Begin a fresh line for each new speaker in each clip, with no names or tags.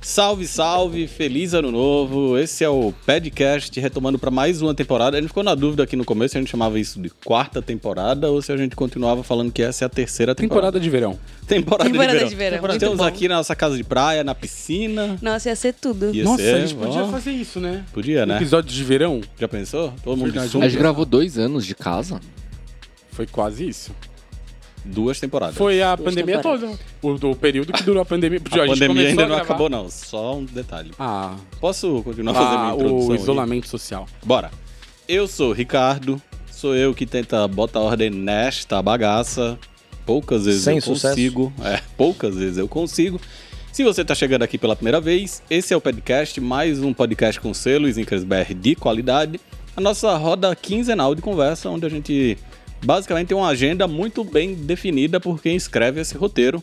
Salve, salve, feliz ano novo. Esse é o podcast retomando para mais uma temporada. Ele ficou na dúvida aqui no começo se a gente chamava isso de quarta temporada ou se a gente continuava falando que essa é a terceira temporada.
Temporada de verão.
Temporada,
Temporada
de verão.
de verão, muito
Estamos
bom.
aqui na nossa casa de praia, na piscina.
Nossa, ia ser tudo.
Ia
Nossa,
ser,
a gente podia
ó,
fazer isso, É, né?
Podia, né?
Episódios de verão
Já pensou? Todo mundo de
Verdade.
A
sunga.
gente gravou dois anos de casa.
foi quase isso.
Duas temporadas.
Foi a
Duas
pandemia
temporadas.
toda. O, o período que durou a pandemia.
A, pandemia ainda não acabou, não. Só um detalhe.
Ah,
Posso continuar fazendo
ah
minha introdução?
o
aí?
isolamento social.
Bora. Eu sou o Ricardo, sou eu que tenta botar ordem nesta bagaça. Poucas vezes
Sem
eu
sucesso.
consigo. É, poucas vezes eu consigo. Se você está chegando aqui pela primeira vez, esse é o podcast, mais um podcast com selo Zinkersberg de qualidade. A nossa roda quinzenal de conversa, onde a gente basicamente tem uma agenda muito bem definida por quem escreve esse roteiro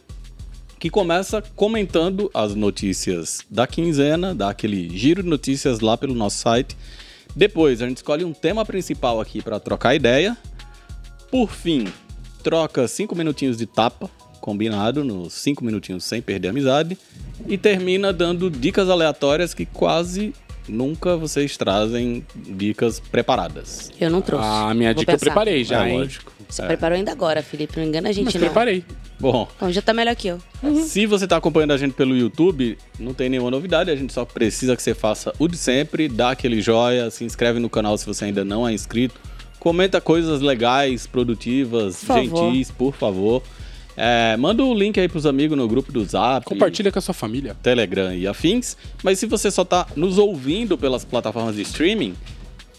que começa comentando as notícias da quinzena, dá aquele giro de notícias lá pelo nosso site. Depois a gente escolhe um tema principal aqui para trocar ideia. Por fim, troca cinco minutinhos de tapa, combinado nos cinco minutinhos sem perder a amizade. E termina dando dicas aleatórias que quase nunca vocês trazem dicas preparadas.
Eu não trouxe.
Ah, minha
Vou
dica
pensar.
eu preparei já,
É,
hein?
lógico.
Você preparou ainda agora, Felipe. Não engana a gente,
Mas
não.
preparei.
Bom,
Então, já tá melhor que eu.
Se você está acompanhando a gente pelo YouTube, não tem nenhuma novidade, a gente só precisa que você faça o de sempre, dá aquele joia, se inscreve no canal se você ainda não é inscrito, comenta coisas legais, produtivas,
Por favor.
gentis, por favor. É, manda o link aí pros amigos no grupo do Zap.
Compartilha com a sua família.
Telegram e afins. Mas se você só tá nos ouvindo pelas plataformas de streaming,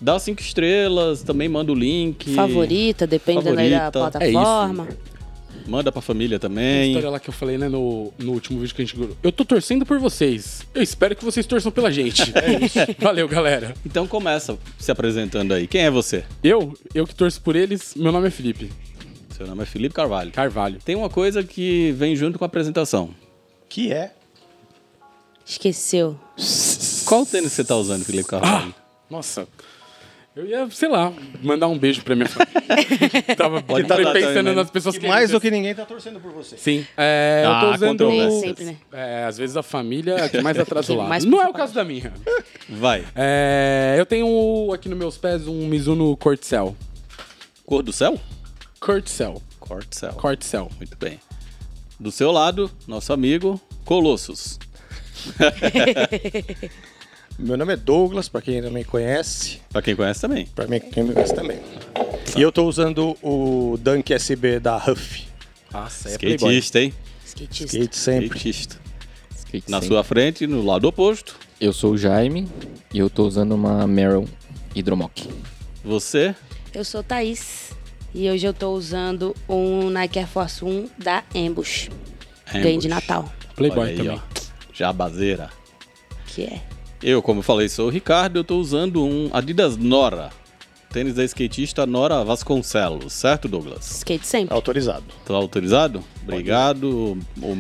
dá cinco estrelas, também manda o link.
Favorita, dependendo aí da
Favorita. É
plataforma.
Manda pra família
A
também.
história lá que eu falei, né, no, no último vídeo que a gente gravou. Eu tô torcendo por vocês. Eu espero que vocês torçam pela gente. É isso. Valeu, galera.
Então começa se apresentando aí. Quem é você?
Eu, eu que torço por eles, meu nome é Felipe
Seu nome é Felipe Carvalho.
Carvalho.
Tem uma coisa que vem junto com a apresentação.
Que é?
Esqueceu.
Qual tênis você tá usando, Felipe Carvalho?
Nossa. Eu ia, sei lá, mandar um beijo pra minha família. Tava
Pode
tava
mandar
pensando
também, né?
nas pessoas que.
Mais do que ninguém tá torcendo por você.
Sim. É, eu tô
Ah,
usando.
controvérsias.
Sempre, né?
É, às vezes a família é que mais atrasa
Que
lá.
mais
Não é o
puxa
caso da minha.
Vai.
É, eu tenho aqui nos meus pés um Mizuno Cortcel.
Cor do céu?
Cortcel.
Cor do céu.
Cortcel.
Muito bem. Do seu lado, nosso amigo Colossus.
Meu nome é Douglas, pra quem não me conhece.
Pra quem conhece também.
Pra mim, quem me conhece também. E eu tô usando o Dunk SB da Huff.
Nossa,
é Skatista, hein?
Skatista.
Skate sempre.
Skatista.
Skate
Na
sem.
sua frente, no lado oposto,
Eu sou o Jaime e eu tô usando uma Merrill Hidromock.
você.
Eu sou Thaís. E hoje eu tô usando um Nike Air Force 1 da Ambush. Ganhei de
Ambush.
Natal.
Playboy
Olha aí,
também.
ó. Jabazeira.
Que é.
Eu, como eu falei, sou o Ricardo, eu tô usando um Adidas Nora. Tênis da skatista Nora Vasconcelos, certo, Douglas?
Skate sempre.
Autorizado.
Tá autorizado? Obrigado. O,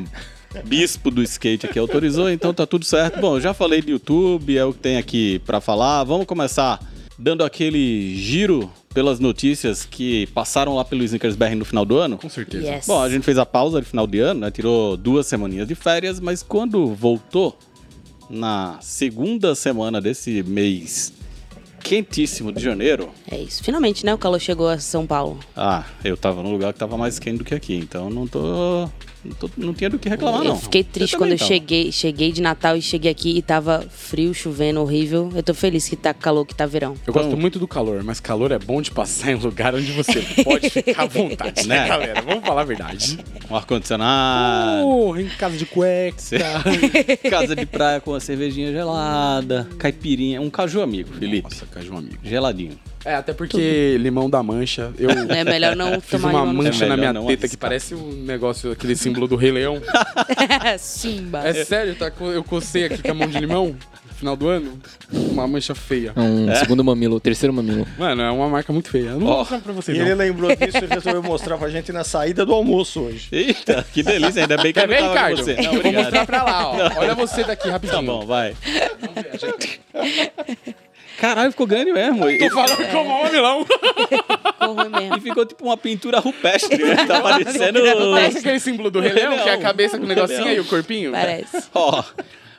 o bispo do skate aqui autorizou, então tá tudo certo. Bom, eu já falei do YouTube, é o que tem aqui pra falar. Vamos começar dando aquele giro pelas notícias que passaram lá pelo Snickersberg no final do ano.
Com certeza.
Yes.
Bom, a gente fez a pausa de final de ano, né? Tirou duas semaninhas de férias, mas quando voltou na segunda semana desse mês quentíssimo de janeiro,
É isso. Finalmente, né? O calor chegou a São Paulo.
ah, eu tava num lugar que tava mais quente do que aqui, então não tô. Não, tô- não tinha do que reclamar,
eu
Ah, não.
fiquei
Você
triste
também
quando eu
tava.
cheguei, cheguei de Natal e cheguei aqui e tava frio, chovendo, horrível. Eu tô feliz que tá calor, que tá verão.
Eu gosto muito do calor, mas calor é bom de passar em lugar onde você pode ficar à vontade,
Né? Ah.
né, galera? Vamos falar a verdade.
Um ar-condicionado,
Porra, em casa de cueca.
casa de praia com uma cervejinha gelada, caipirinha, um caju amigo, Felipe.
Nossa, caju amigo.
Geladinho.
É, até porque limão da mancha, eu
É melhor não
fiz
tomar
uma
nenhuma,
mancha
É
na
melhor
minha
não
teta que
arriscar.
parece um negócio, aquele símbolo do Rei Leão.
não. Simba.
É sério, tá? co- Eu cocei aqui com a mão de limão no final do ano. Uma mancha feia.
É um segundo mamilo, terceiro mamilo.
Mano, é uma marca muito feia. Eu não
Ó.
vou mostrar pra
E
vocês,
ele
não.
lembrou disso e resolveu mostrar pra gente na saída do almoço hoje.
Eita, que delícia, ainda bem que eu não
Quer ver,
tava
Ricardo?
com você. Não,
eu vou
obrigado.
mostrar pra lá, ó. Olha você daqui
Tá
rapidinho.
bom, vai. Caralho, ficou grande mesmo. E,
Tô falando como um milão.
Ficou ruim
e
mesmo.
ficou tipo uma pintura rupestre, né? Tá parecendo...
Parece aquele símbolo do Rei Leão, que é a
Não.
cabeça com o negocinho
Não.
e o corpinho.
Parece.
Ó,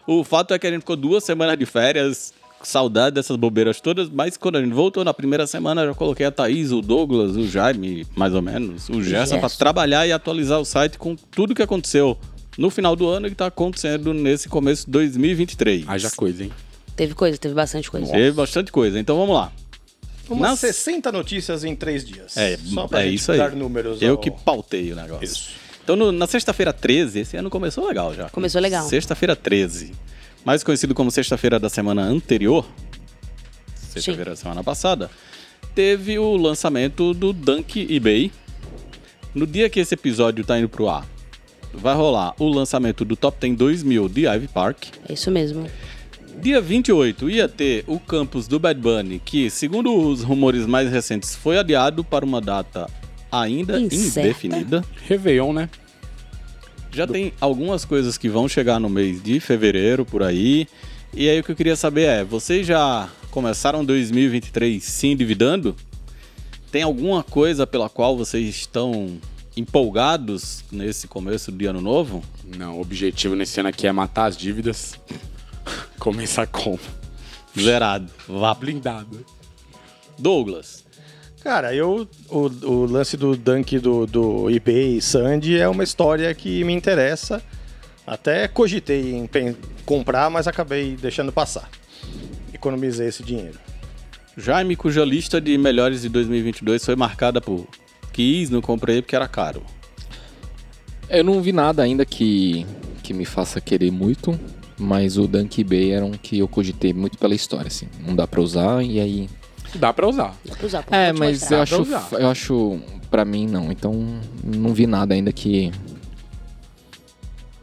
O fato é que a gente ficou duas semanas de férias, saudade dessas bobeiras todas, mas quando a gente voltou na primeira semana, eu já coloquei a Thaís, o Douglas, o Jaime, mais ou menos, o Gerson,
Gerson.
para trabalhar e atualizar o site com tudo que aconteceu no final do ano e que tá acontecendo nesse começo de 2023.
Haja coisa, hein?
Teve coisa, teve bastante coisa.
Teve É bastante coisa, então vamos lá.
Umas
Nas-
60 notícias em 3 dias.
É,
Só pra
é
gente
isso aí.
dar números.
Eu
ao-
que pautei o negócio.
Isso.
Então, no- na sexta-feira 13, esse ano começou legal já.
Começou legal.
Sexta-feira 13, mais conhecido como sexta-feira da semana anterior, sexta-feira da semana passada, teve o lançamento do Dunk eBay. No dia que esse episódio tá indo pro ar, vai rolar o lançamento do Top 10 2000 de Ivy Park.
É isso mesmo.
Dia 28 ia ter o campus do Bad Bunny, que, segundo os rumores mais recentes, foi adiado para uma data ainda
Incerta.
indefinida.
Réveillon, né?
Já tem algumas coisas que vão chegar no mês de fevereiro por aí. E aí o que eu queria saber é, vocês já começaram 2023 se endividando? Tem alguma coisa pela qual vocês estão empolgados nesse começo de ano novo?
Não, o objetivo nesse ano aqui é matar as dívidas. Começar como?
Zerado. Vá.
Blindado.
Douglas.
Cara, eu. O, o lance do Dunk do, do eBay e Sandy é uma história que me interessa. Até cogitei em pen- comprar, mas acabei deixando passar. Economizei esse dinheiro.
Jaime, cuja lista de melhores de 2022 foi marcada por quis, não comprei porque era caro.
Eu não vi nada ainda que, que me faça querer muito, mas o Dunk Bay era um que eu cogitei muito pela história, assim. Não dá pra usar e aí.
Dá pra usar.
Dá pra usar, pô,
É,
vou te
mas
mostrar.
eu
dá pra
acho,
usar.
eu acho. Pra mim, não. Então, não vi nada ainda que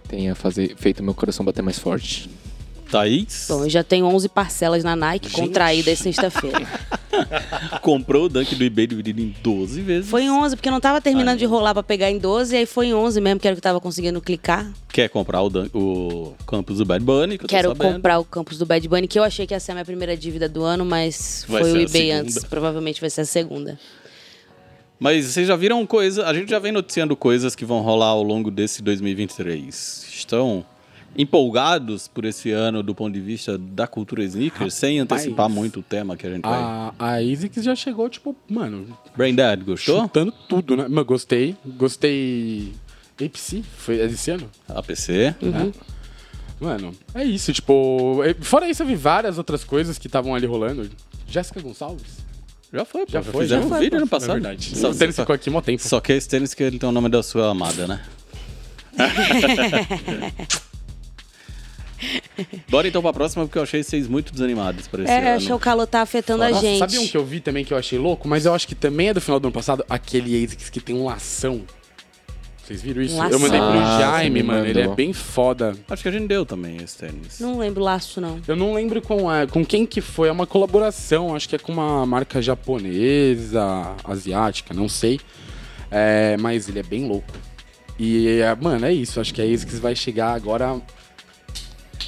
tenha fazer, feito meu coração bater mais forte.
Thaís
Bom, eu já tenho 11 parcelas na Nike contraídas sexta-feira.
comprou o Dunk do eBay dividido em 12 vezes.
Foi um em 11, porque eu não tava terminando de rolar pra pegar em 12, e aí foi em 11 mesmo, que era o que eu tava conseguindo clicar.
quer comprar o, Dan- o campus do Bad Bunny, que eu tô
Quero
sabendo.
comprar o campus do Bad Bunny, que eu achei que ia ser a minha primeira dívida do ano, mas
Vai
foi
ser
o
a
eBay
segunda.
antes. Provavelmente vai ser a segunda.
Mas vocês já viram coisa, a gente já vem noticiando coisas que vão rolar ao longo desse 2023. Estão empolgados por esse ano do ponto de vista da cultura sneaker, sem antecipar muito o tema que a gente vai.
A, a Isaac já chegou, tipo, mano,
Braindead, gostou?
chutando tudo, né? Mano, gostei. Gostei. APC? Foi é desse ano?
APC.
Mano, é isso, tipo. é- Fora isso, eu vi várias outras coisas que estavam ali rolando. Jéssica Gonçalves?
Já foi, pô.
Já foi,
Fizemos
já
um
foi,
vídeo
pô.
ano
É
passado.
verdade.
Só,
o tênis
só,
ficou aqui mó tempo.
só que esse tênis que ele tem o nome da sua amada, né? Bora então pra próxima, porque eu achei vocês muito desanimados pra esse ano.
É, acho que o calor tá afetando a
Nossa,
gente.
sabe um que eu vi também que eu achei louco? Mas eu acho que também é do final do ano passado. Aquele ASICS que tem um lação. Vocês viram isso?
Um
Eu mandei pro
lação. Ah,
Jaime,
você me
mano. Ele é
mandou.
bem foda.
Acho que a gente deu também esse tênis.
Não lembro o laço, não.
Eu não lembro com, a- com quem que foi. É uma colaboração. Acho que é com uma marca japonesa, asiática, não sei. É, mas ele é bem louco. E, é, mano, é isso. Acho que é isso que vai chegar agora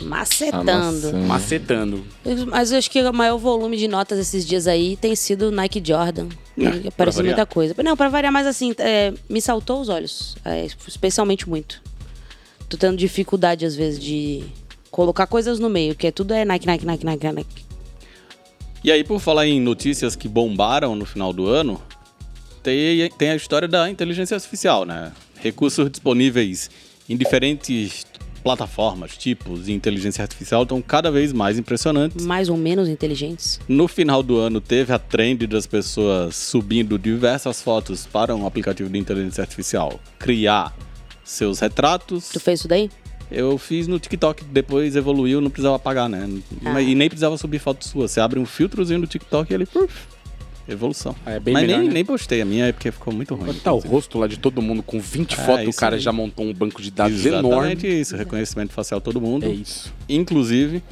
Macetando.
Hum.
Amassando.
macetando.
Eu- Mas eu acho que o maior volume de notas esses dias aí tem sido Nike Jordan.
É, pra
Apareceu
variar.
muita coisa. Não, pra variar, mas assim, é, me saltou os olhos. é, especialmente muito. Tô tendo dificuldade, às vezes, de colocar coisas no meio, que é tudo é Nike, Nike, Nike, Nike, Nike.
E aí, por falar em notícias que bombaram no final do ano, tem, tem a história da inteligência artificial, né? Recursos disponíveis em diferentes plataformas, tipos de inteligência artificial estão cada vez mais impressionantes.
Mais ou menos inteligentes.
No final do ano, teve a trend das pessoas subindo diversas fotos para um aplicativo de inteligência artificial criar seus retratos.
Tu fez isso daí?
Eu fiz no TikTok, depois evoluiu, não precisava pagar, né?
Ah.
E nem precisava subir foto sua. Você abre um filtrozinho do TikTok e ele. puf, evolução.
Ah, é bem
Mas
melhor,
nem,
né?
nem postei a minha, é porque ficou muito ruim.
Olha, tá o rosto lá de todo mundo com 20
É,
fotos, o
isso
cara
aí.
já montou um banco de dados
Exatamente Uhum.
enorme.
isso, reconhecimento facial todo mundo,
É isso.
inclusive.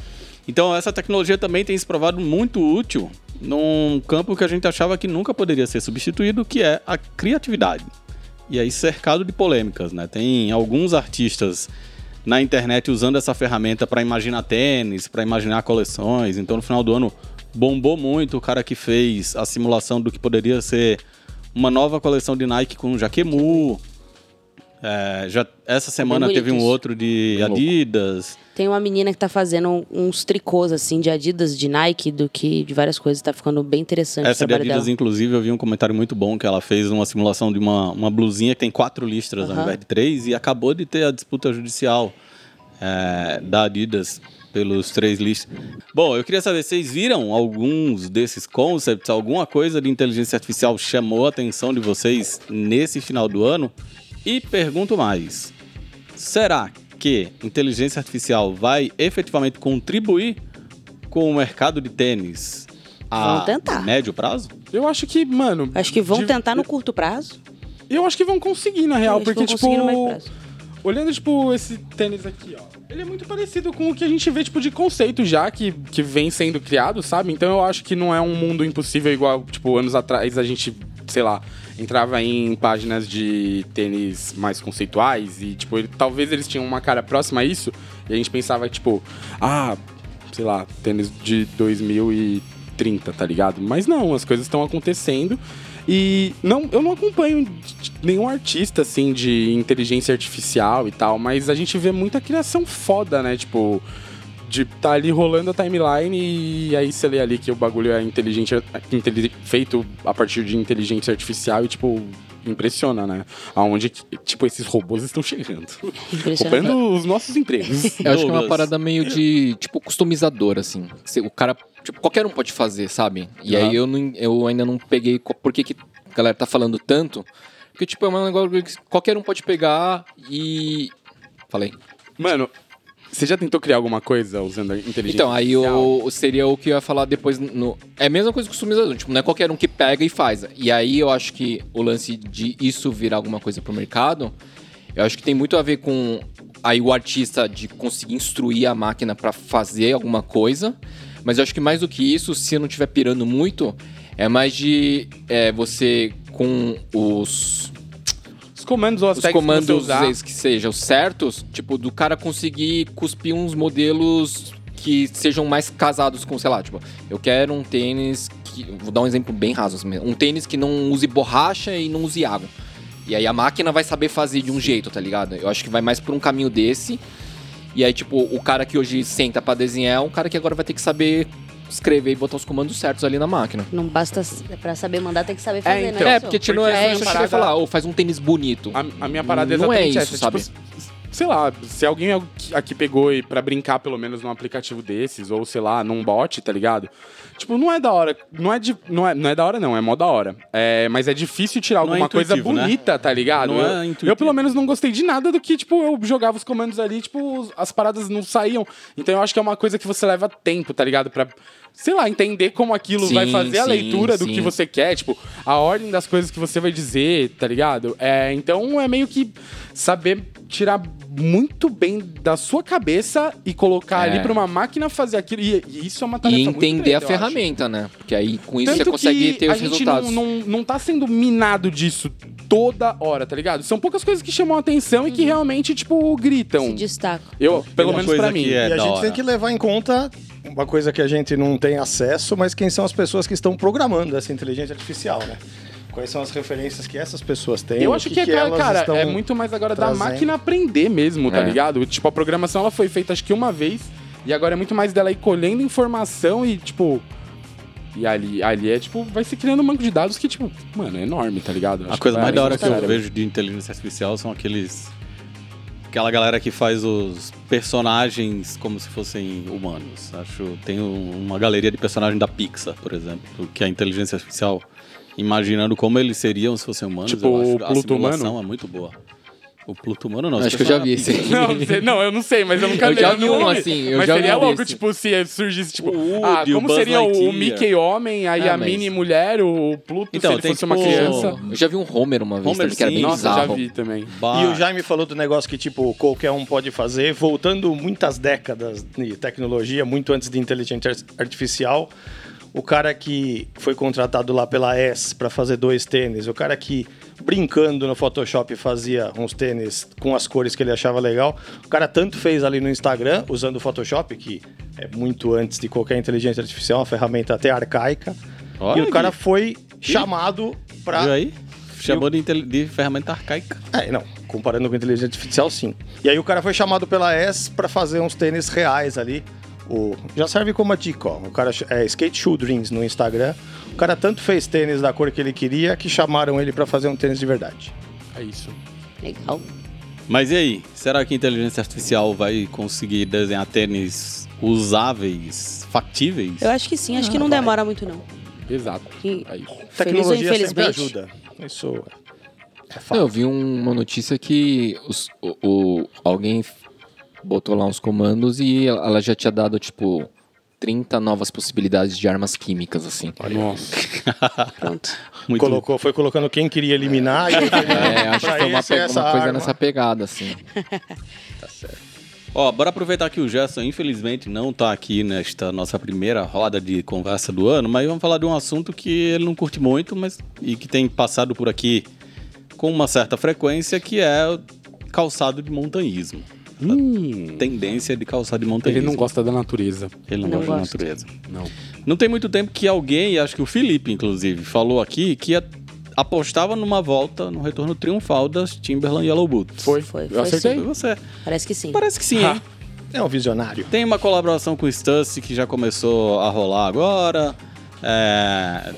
Então essa tecnologia também tem se provado muito útil num campo que a gente achava que nunca poderia ser substituído, que é a criatividade. E aí cercado de polêmicas, né? Tem alguns artistas na internet usando essa ferramenta para imaginar tênis, para imaginar coleções. Então no final do ano bombou muito o cara que fez a simulação do que poderia ser uma nova coleção de Nike com Jaquemu. É, já, essa semana teve um
bonitos.
outro de
Bem louco.
Adidas.
Tem uma menina que tá fazendo uns tricôs, assim, de Adidas, de Nike, do que de várias coisas. Tá ficando bem interessante
Essa
o
de
trabalho
Adidas,
dela.
inclusive, eu vi um comentário muito bom que ela fez uma simulação de uma, uma blusinha que tem quatro listras ao
Aham.
invés de três e acabou de ter a disputa judicial é, da Adidas pelos três listras. Bom, eu queria saber, vocês viram alguns desses concepts? Alguma coisa de inteligência artificial chamou a atenção de vocês nesse final do ano? E pergunto mais, será que inteligência artificial vai efetivamente contribuir com o mercado de tênis a
Vamos tentar.
médio prazo?
Eu acho que, mano.
Acho que vão
de-
tentar no curto prazo.
Eu acho que vão conseguir, na real,
Eles
porque,
vão
tipo.
conseguir no médio prazo.
Olhando, tipo, esse tênis aqui, ó. Ele é muito parecido com o que a gente vê, tipo, de conceito já, que, que vem sendo criado, sabe? Então eu acho que não é um mundo impossível igual, tipo, anos atrás a gente, sei lá, entrava em páginas de tênis mais conceituais e, tipo, ele- talvez eles tinham uma cara próxima a isso e a gente pensava, tipo, ah, sei lá, tênis de 2030, tá ligado? Mas não, as coisas estão acontecendo. E não, eu não acompanho t- nenhum artista assim de inteligência artificial e tal, mas a gente vê muita criação foda, né? Tipo, de tá ali rolando a timeline e aí você lê ali que o bagulho é inteligente, inteli- feito a partir de inteligência artificial e tipo impressiona, né? Aonde que, tipo esses robôs estão chegando,
Impressionante.
roubando os nossos empregos.
Eu acho que é uma
Douglas.
parada meio de, tipo, customizador, assim. Se O cara, tipo, qualquer um pode fazer, sabe? E
Aham.
aí eu, não, eu ainda não peguei co- por que, que a galera tá falando tanto. Porque, tipo, é um negócio que qualquer um pode pegar e... Falei.
Mano, você já tentou criar alguma coisa usando a inteligência
Então, aí
artificial?
eu, seria o que eu ia falar depois. No, é a mesma coisa que o customizador. Tipo, não é qualquer um que pega e faz. E aí eu acho que o lance de isso virar alguma coisa pro mercado, eu acho que tem muito a ver com aí o artista de conseguir instruir a máquina pra fazer alguma coisa. Mas eu acho que mais do que isso, se eu não estiver pirando muito, é mais de é, você com os
Os comandos ou as
os
tags que você
comandos
usar.
eis que sejam certos, tipo, do cara conseguir cuspir uns modelos que sejam mais casados com, sei lá, tipo, eu quero um tênis que. Vou dar um exemplo bem raso assim mesmo. Um tênis que não use borracha e não use água. E aí a máquina vai saber fazer de um jeito, tá ligado? Eu acho que vai mais por um caminho desse. E aí, tipo, o cara que hoje senta pra desenhar é um cara que agora vai ter que saber escrever e botar os comandos certos ali na máquina.
Não basta... é Pra saber mandar, tem que saber fazer,
então.
né?
é,
pessoal?
porque tipo, não é,
porque é
só
uma
chegar e
parada-
falar, ô, faz um tênis bonito.
A, a minha parada é
Não é
exatamente
isso,
essa.
sabe?
Tipo, s- sei lá, se alguém aqui- aqui pegou e pra brincar pelo menos num aplicativo desses, ou sei lá, num bot, tá ligado? Tipo, não é da hora. Não é, de, não é, não é da hora, não, é mó da hora. É, mas é difícil tirar
Não é
alguma coisa
intuitivo, né?
bonita, tá ligado?
Não é
eu,
intuitivo.
eu, pelo menos, não gostei de nada do que, tipo, eu jogava os comandos ali, tipo, os- as paradas não saíam. Então eu acho que é uma coisa que você leva tempo, tá ligado? Pra, sei lá, entender como aquilo vai
Sim,
fazer a
sim,
leitura do
sim.
que você você quer, tipo, a ordem das coisas que você vai dizer, tá ligado? É, então é meio que saber tirar muito bem da sua cabeça e colocar
É.
ali pra uma máquina fazer aquilo. E, e isso é uma tarefa
E
muito
entender
grande,
a
eu
ferramenta, né? Porque aí com
acho.
isso
Tanto
você consegue
que
ter
a
os
gente
resultados.
Não, não, não tá sendo minado disso toda hora, tá ligado? São poucas coisas que chamam a atenção e
Uhum.
que realmente, tipo, gritam.
Se destaca.
Eu, pelo
Uma
menos
coisa
pra mim.
que é
e a
da
gente
hora.
tem que levar em conta uma coisa que a gente não tem acesso, mas quem são as pessoas que estão programando essa inteligência artificial, né? Quais são as referências que essas pessoas têm?
Eu
o
acho que, é, cara,
elas
cara,
estão-
é muito mais agora
trazendo.
da máquina aprender mesmo, tá
É.
ligado? Tipo, a programação ela foi feita acho que uma vez e agora é muito mais dela ir colhendo informação e tipo e ali, ali é tipo, vai se criando um banco de dados que tipo, mano, é enorme, tá ligado?
A coisa mais da hora que eu
vejo
vejo de inteligência artificial são aqueles. Aquela galera que faz os personagens como se fossem humanos. Acho. Tem um- uma galeria de personagens da Pixar, por exemplo, que é a inteligência artificial imaginando como eles seriam se fossem humanos.
Tipo,
eu acho
o
a
Pluto
simulação
humano?
é muito boa. O Pluto humano não. é os
Acho que eu já vi
personagens-
esse.
Não, não sei- não, eu não sei, mas eu nunca
Eu já
li,
vi
nunca
um
li.
assim, eu
mas
já vi
seria
um
louco,
desse.
tipo, se surgisse, tipo,
O Woody,
ah, como
o Buzz
seria o,
Lightyear.
o Mickey homem, aí
Ah,
a
mas-
mini mulher, o Pluto,
Então,
se ele
tem,
fosse uma
tipo,
criança.
Eu já vi um Homer uma vez
Homer
também, que era bem
Simpson.
Nossa, eu já
bizarro.
vi também.
Bah,
E o Jaime falou do negócio que, tipo, qualquer um pode fazer, voltando muitas décadas de tecnologia, muito antes de inteligência ar- artificial. O cara que foi contratado lá pela S para fazer dois tênis, o cara que brincando no Photoshop fazia uns tênis com as cores que ele achava legal, o cara tanto fez ali no Instagram, usando o Photoshop, que é muito antes de qualquer inteligência artificial, uma ferramenta até arcaica.
Olha
e o cara
aí.
foi chamado para
Viu aí? Chamou de, intel- de ferramenta arcaica.
é, não. comparando com inteligência artificial, sim. E aí o cara foi chamado pela S pra fazer uns tênis reais ali. O, já serve como a dica, ó. O cara ch- é Skate Shoe Dreams no Instagram. O cara tanto fez tênis da cor que ele queria que chamaram ele pra fazer um tênis de verdade.
É isso.
Legal.
Mas e aí? Será que a inteligência artificial vai conseguir desenhar tênis usáveis, factíveis?
Eu acho que sim, acho que não demora muito, não.
Exato.
Que-
É isso.
Tecnologia
Feliz ou
sempre
infelizmente.
ajuda. Isso é
Não,
fato.
eu vi um- uma notícia que os- o, o- alguém f- botou lá uns comandos e ela ela já tinha dado, tipo, 30 novas possibilidades de armas químicas, assim.
Nossa.
Pronto.
Muito
Colocou, foi colocando quem queria eliminar. e
É, acho que
pra
foi uma,
esse,
pe-
essa
uma coisa
arma.
nessa pegada, assim.
Ó, bora aproveitar que o Gerson, infelizmente, não tá aqui nesta nossa primeira roda de conversa do ano, mas vamos falar de um assunto que ele não curte muito, mas e que tem passado por aqui com uma certa frequência, que é o calçado de montanhismo.
Hum.
Tendência de calçado de
Ele
montanhismo.
não gosta da natureza.
Ele não,
Não
gosta
gosta.
da natureza.
Não.
Não tem muito tempo que alguém, acho que o Felipe, inclusive, falou aqui que a- apostava numa volta, num retorno triunfal das Timberland Yellow Boots.
Foi?
Foi,
Eu
foi
acertei?
Foi você.
Parece que sim.
Parece que sim, hein?
É um visionário.
Tem uma colaboração com o Stussy que já começou a rolar agora. É,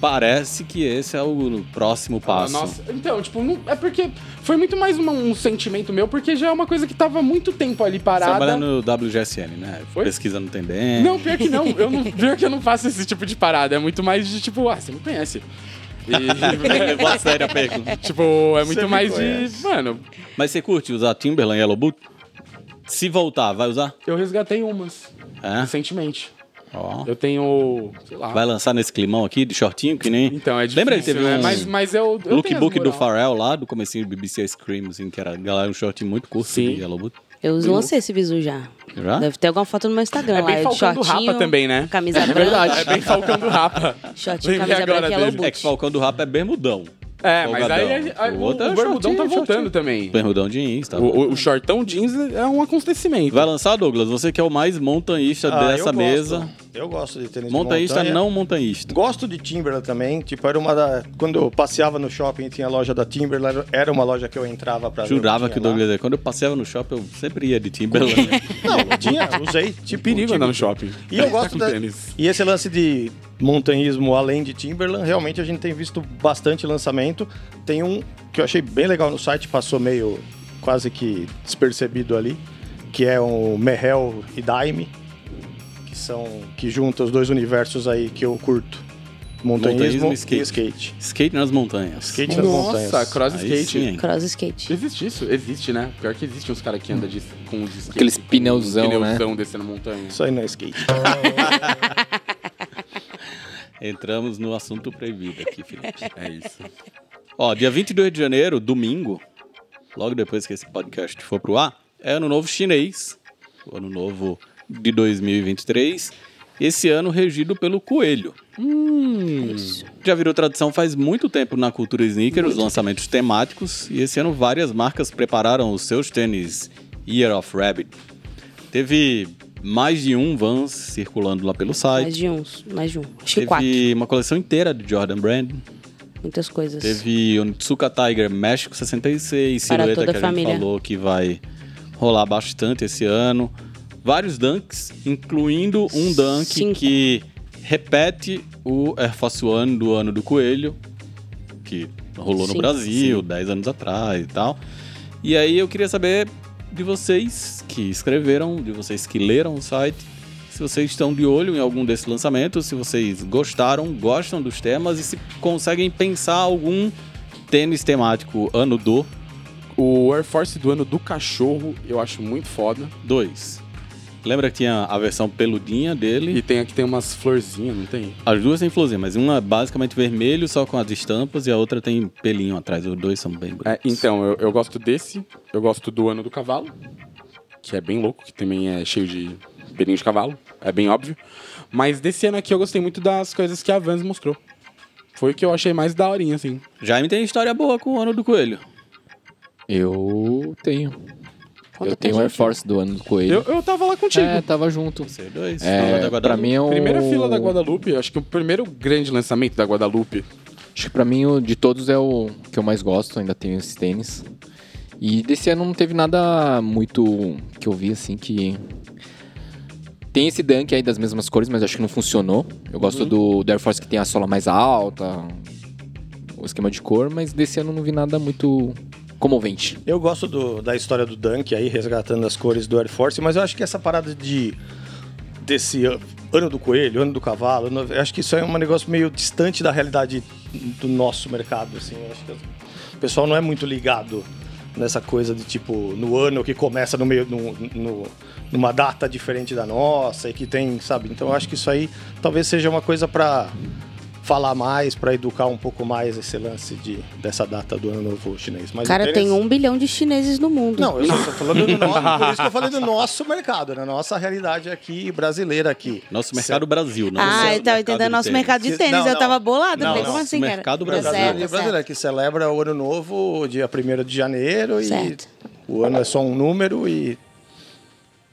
Parece que esse é o próximo
Ah,
passo.
nossa. Então, tipo, não- é porque foi muito mais uma- um sentimento meu, porque já é uma coisa que tava há muito tempo ali
Você trabalha
parada.
tá no WGSN, né?
Foi?
Pesquisando tendência.
Não, pior que não. Eu não. Pior que eu não faço esse tipo de parada. É muito mais de tipo, ah, você me conhece. E,
Levou a sério a pergunta.
tipo, é muito
me
mais de.
conhece.
Mano,
Mas você curte usar Timberland Yellow Boot? Se voltar, vai usar?
eu resgatei umas
É?
recentemente.
Ó.
Eu tenho. sei lá.
Vai lançar nesse climão aqui, de shortinho, que nem...
Então, é difícil.
Lembra que teve
né?
um
Mas, mas eu. eu tenho as
lookbook do
moral.
Pharrell lá, do comecinho do BBC Scream, assim, que era galera, um shortinho muito curto
Sim.
de Yellow Boot.
Eu lancei esse bizu já.
Já?
Deve ter alguma foto no meu Instagram
É
lá.
bem
eu de
Falcão do
shortinho,
Rapa também, né?
Camisa branca.
Verdade, é bem Falcão do Rapa.
Shortinho,
Lembrei
camisa
agora
branca e yellow
dele.
É que
boot.
Falcão do Rap é bermudão.
É, mas aí
Folgadão.
a- a-
O
o,
outro é
o Bermudão
shortinho,
tá voltando
shortinho.
também.
Bermudão jeans, tá
O, o- o shortão jeans é um acontecimento.
Vai lançar, Douglas? Você que é o mais montanhista
Ah, eu
dessa
gosto.
mesa.
Eu gosto de tênis
né?
Montanhista,
de montanha.
não montanhista.
Gosto de Timberland também. Tipo, era uma da... Quando eu passeava no shopping e tinha a loja da Timberland, era uma loja que eu entrava pra ver
Jurava que
tinha
o
lá.
Douglas ia. Quando eu passeava no shopping, eu sempre ia de Timberland.
Não, tinha, usei. Tipo,
Perigo
tinha-
andar no shopping.
E eu
Tá
gosto
com
da...
tênis.
E esse lance de montanhismo além de Timberland, realmente a gente tem visto bastante lançamento. Tem um que eu achei bem legal no site, passou meio quase que despercebido ali, que é o Merrell e Daime, que são que junta os dois universos aí que eu curto. Montanhismo,
Montanhismo e skate.
e skate.
Skate nas montanhas.
Skate nas montanhas.
Nossa, cross
Aí
skate.
sim, hein?
Cross skate.
Existe isso? Existe, né? Pior que existe uns caras que andam de, com os skate,
Aqueles
com
pneuzão, né?
pneuzão descendo montanha.
Isso aí não é skate.
Entramos no assunto proibido aqui, Felipe.
É isso.
Ó, dia 22 de janeiro, domingo, logo depois que esse podcast for pro ar, é ano novo chinês. O ano novo de 2023. Esse ano regido pelo coelho.
Isso.
já virou tradição faz muito tempo na cultura sneaker, os lançamentos temáticos, e esse ano várias marcas prepararam os seus tênis Year of Rabbit. Teve mais de um Vans circulando lá pelo
Mais
site.
de uns. Mais de um. Acho que
Teve
quatro.
uma coleção inteira de Jordan Brand.
Muitas coisas.
Teve o Tsuka Tiger México 66,
Para
silhueta
toda
que a gente
a família.
falou que vai rolar bastante esse ano. Vários dunks, incluindo um dunk
Cinco.
que repete o Air Force One do ano do Coelho, que rolou no
Sim.
Brasil 10 anos atrás e tal. E aí eu queria saber de vocês que escreveram, de vocês que leram o site, se vocês estão de olho em algum desses lançamentos, se vocês gostaram, gostam dos temas e se conseguem pensar algum tênis temático ano do
O Air Force do ano do cachorro eu acho muito foda.
2. Lembra que tinha a versão peludinha dele?
E tem aqui tem umas florzinhas, não tem?
As duas têm florzinha, mas uma é basicamente vermelho, só com as estampas, e a outra tem pelinho atrás. Os dois são bem bonitos.
É, então, eu, eu gosto desse, eu gosto do ano do cavalo, que é bem louco, que também é cheio de pelinho de cavalo, é bem óbvio. Mas desse ano aqui eu gostei muito das coisas que a Vans mostrou. Foi o que eu achei mais daorinha, assim.
Jaime tem história boa com o ano do coelho.
Eu tenho.
Conta pra
eu tenho o Air
gente.
Force do ano do Coelho.
Eu, eu tava lá contigo.
É, tava junto.
Você dois.
É,
Fala da
pra
Guadalupe.
mim é um...
Primeira fila da Guadalupe, acho que o primeiro grande lançamento da Guadalupe
Acho que pra mim, o de todos, é o que eu mais gosto. Ainda tenho esses tênis. E desse ano não teve nada muito que eu vi, assim, que... Tem esse Dunk aí das mesmas cores, mas acho que não funcionou. Eu gosto do, do Air Force que tem a sola mais alta, o esquema de cor, mas desse ano não vi nada muito comovente.
Eu gosto do- da história do Dunk aí, resgatando as cores do Air Force, mas eu acho que essa parada de desse an- ano do coelho, ano do cavalo, ano- eu acho que isso é um negócio meio distante da realidade do nosso mercado, assim. Eu acho que o pessoal não é muito ligado nessa coisa de tipo no ano que começa no meio no, no- numa data diferente da nossa e que tem, sabe? Então eu acho que isso aí talvez seja uma coisa pra falar mais, pra educar um pouco mais esse lance de dessa data do ano novo chinês. Mas o
Cara,
tênis-
tem um bilhão de chineses no mundo.
não, eu só tô falando do nosso, por isso que eu falei do nosso mercado, né? Nossa realidade aqui brasileira aqui.
Nosso mercado Brasil, não
ah,
nosso
eu tava
mercado
entendendo nosso
inteiro.
mercado de
Não,
tênis. Eu
não.
tava bolada.
Não,
falei,
não.
como assim, cara?
Mercado
Tá
brasileiro.
certo,
brasileira
tá certo.
que celebra o ano novo dia 1 de janeiro e
Certo.
o ano é só um número e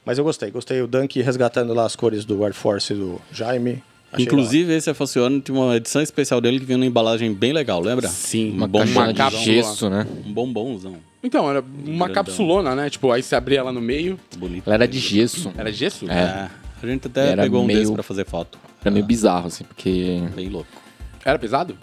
mas eu gostei, gostei o Dunk resgatando lá as cores do Air Force do Jaime. Achei
Inclusive, esse Afaciano tinha uma edição especial dele que vinha numa embalagem bem legal, lembra?
Sim,
um
Tá. Uma
bombom,
caixinha
bombom.
de gesso, né?
um bombonzão.
Então, era uma
Grandão.
capsulona, né? Tipo, aí você abria ela no meio.
Bonito.
Ela era de gesso.
Era gesso?
É.
É.
A gente até
Era
pegou um
meio-
desses pra fazer foto.
Era meio bizarro, assim, porque...
Bem louco.
Era pesado?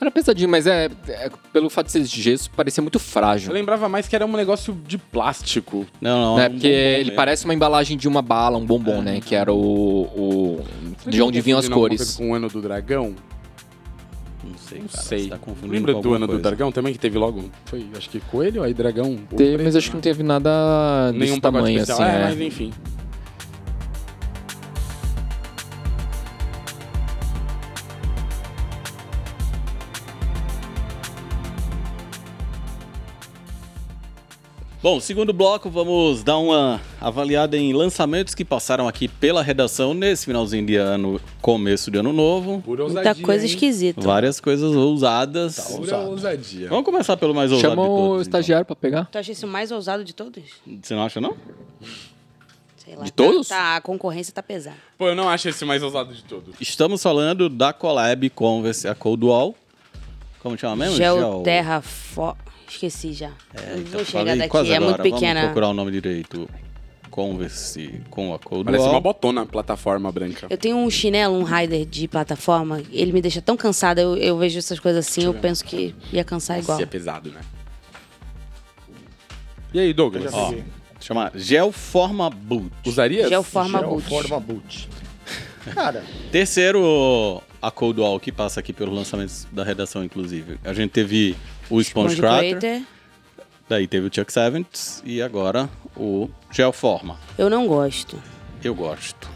Era pesadinho, mas é, é- Pelo fato de ser de gesso, parecia muito
Eu
frágil.
lembrava mais que era um negócio de plástico.
Não, não.
Né?
é um
Porque
bombom
ele
mesmo.
parece uma embalagem de uma bala, um bombom,
É, então.
né? Que era o. o- de onde vinham as
Confundindo alguma coisa
cores.
Com o ano do dragão?
Não sei,
Não
cara.
sei.
Você tá confundindo
Lembra
com
do
alguma
ano do
coisa.
dragão também, que teve logo? um? Foi, acho que coelho, aí dragão. ou
Teve,
preto,
mas acho que
né?
não teve nada desse
Nenhum pacote
tamanho, assim.
especial. é,
É,
mas enfim.
Bom, segundo bloco, vamos dar uma avaliada em lançamentos que passaram aqui pela redação nesse finalzinho de ano, começo de ano novo.
Pura ousadia.
Muita coisa
hein?
esquisita.
Várias coisas ousadas.
Pura ousadia.
Vamos começar pelo mais ousado
Chama
de todos.
o
então.
estagiário pra pegar.
Tu acha isso mais ousado de todos?
Você não acha, não?
Sei lá.
De todos?
Tá, a concorrência tá pesada.
Pô, eu não acho esse mais ousado de todos.
Estamos falando da collab Converse, a Cold Wall. Como chama mesmo? Geo-
Geoterra Fo... Esqueci já.
É,
Não
então, falei
vou chegar daqui,
quase
é
agora.
muito pequena.
Vamos procurar o nome direito. Converse com a Cold
Parece
Wall.
uma botona, plataforma branca.
Eu tenho um chinelo, um rider de plataforma, ele me deixa tão cansada, eu, eu vejo essas coisas assim, eu penso que ia cansar igual.
Se é pesado, né? E aí, Douglas? Ó,
legal.
Chama Geoforma Boot.
usaria?
é Geoforma
Geral
boot.
forma boot. Cara,
Terceiro, a Cold Wall, que passa aqui pelos lançamentos da redação, inclusive. A gente teve o Sponge
Sponge
Crater,
Creator,
daí teve o Chuck Sevens e agora o Geoforma.
eu não gosto.
Eu gosto.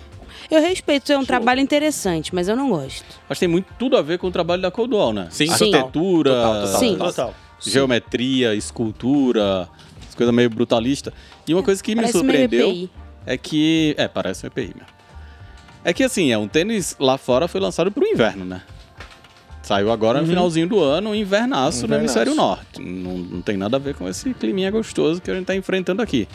Eu respeito, é um trabalho interessante, mas eu não gosto.
Mas tem muito tudo a ver com o trabalho da Cold Wall, né?
Sim. Sim.
Arquitetura,
Total, total,
Sim.
total.
total.
geometria, escultura, as coisas meio brutalista. E uma coisa que me
Parece meio
surpreendeu
EPI.
é que. É, parece um EPI mesmo. É que assim, é um tênis lá fora foi lançado pro inverno, né? Saiu agora
Uhum.
no finalzinho do ano, um invernaço, no
Invernaço.
hemisfério norte. Não, não tem nada a ver com esse climinha gostoso que a gente tá enfrentando aqui.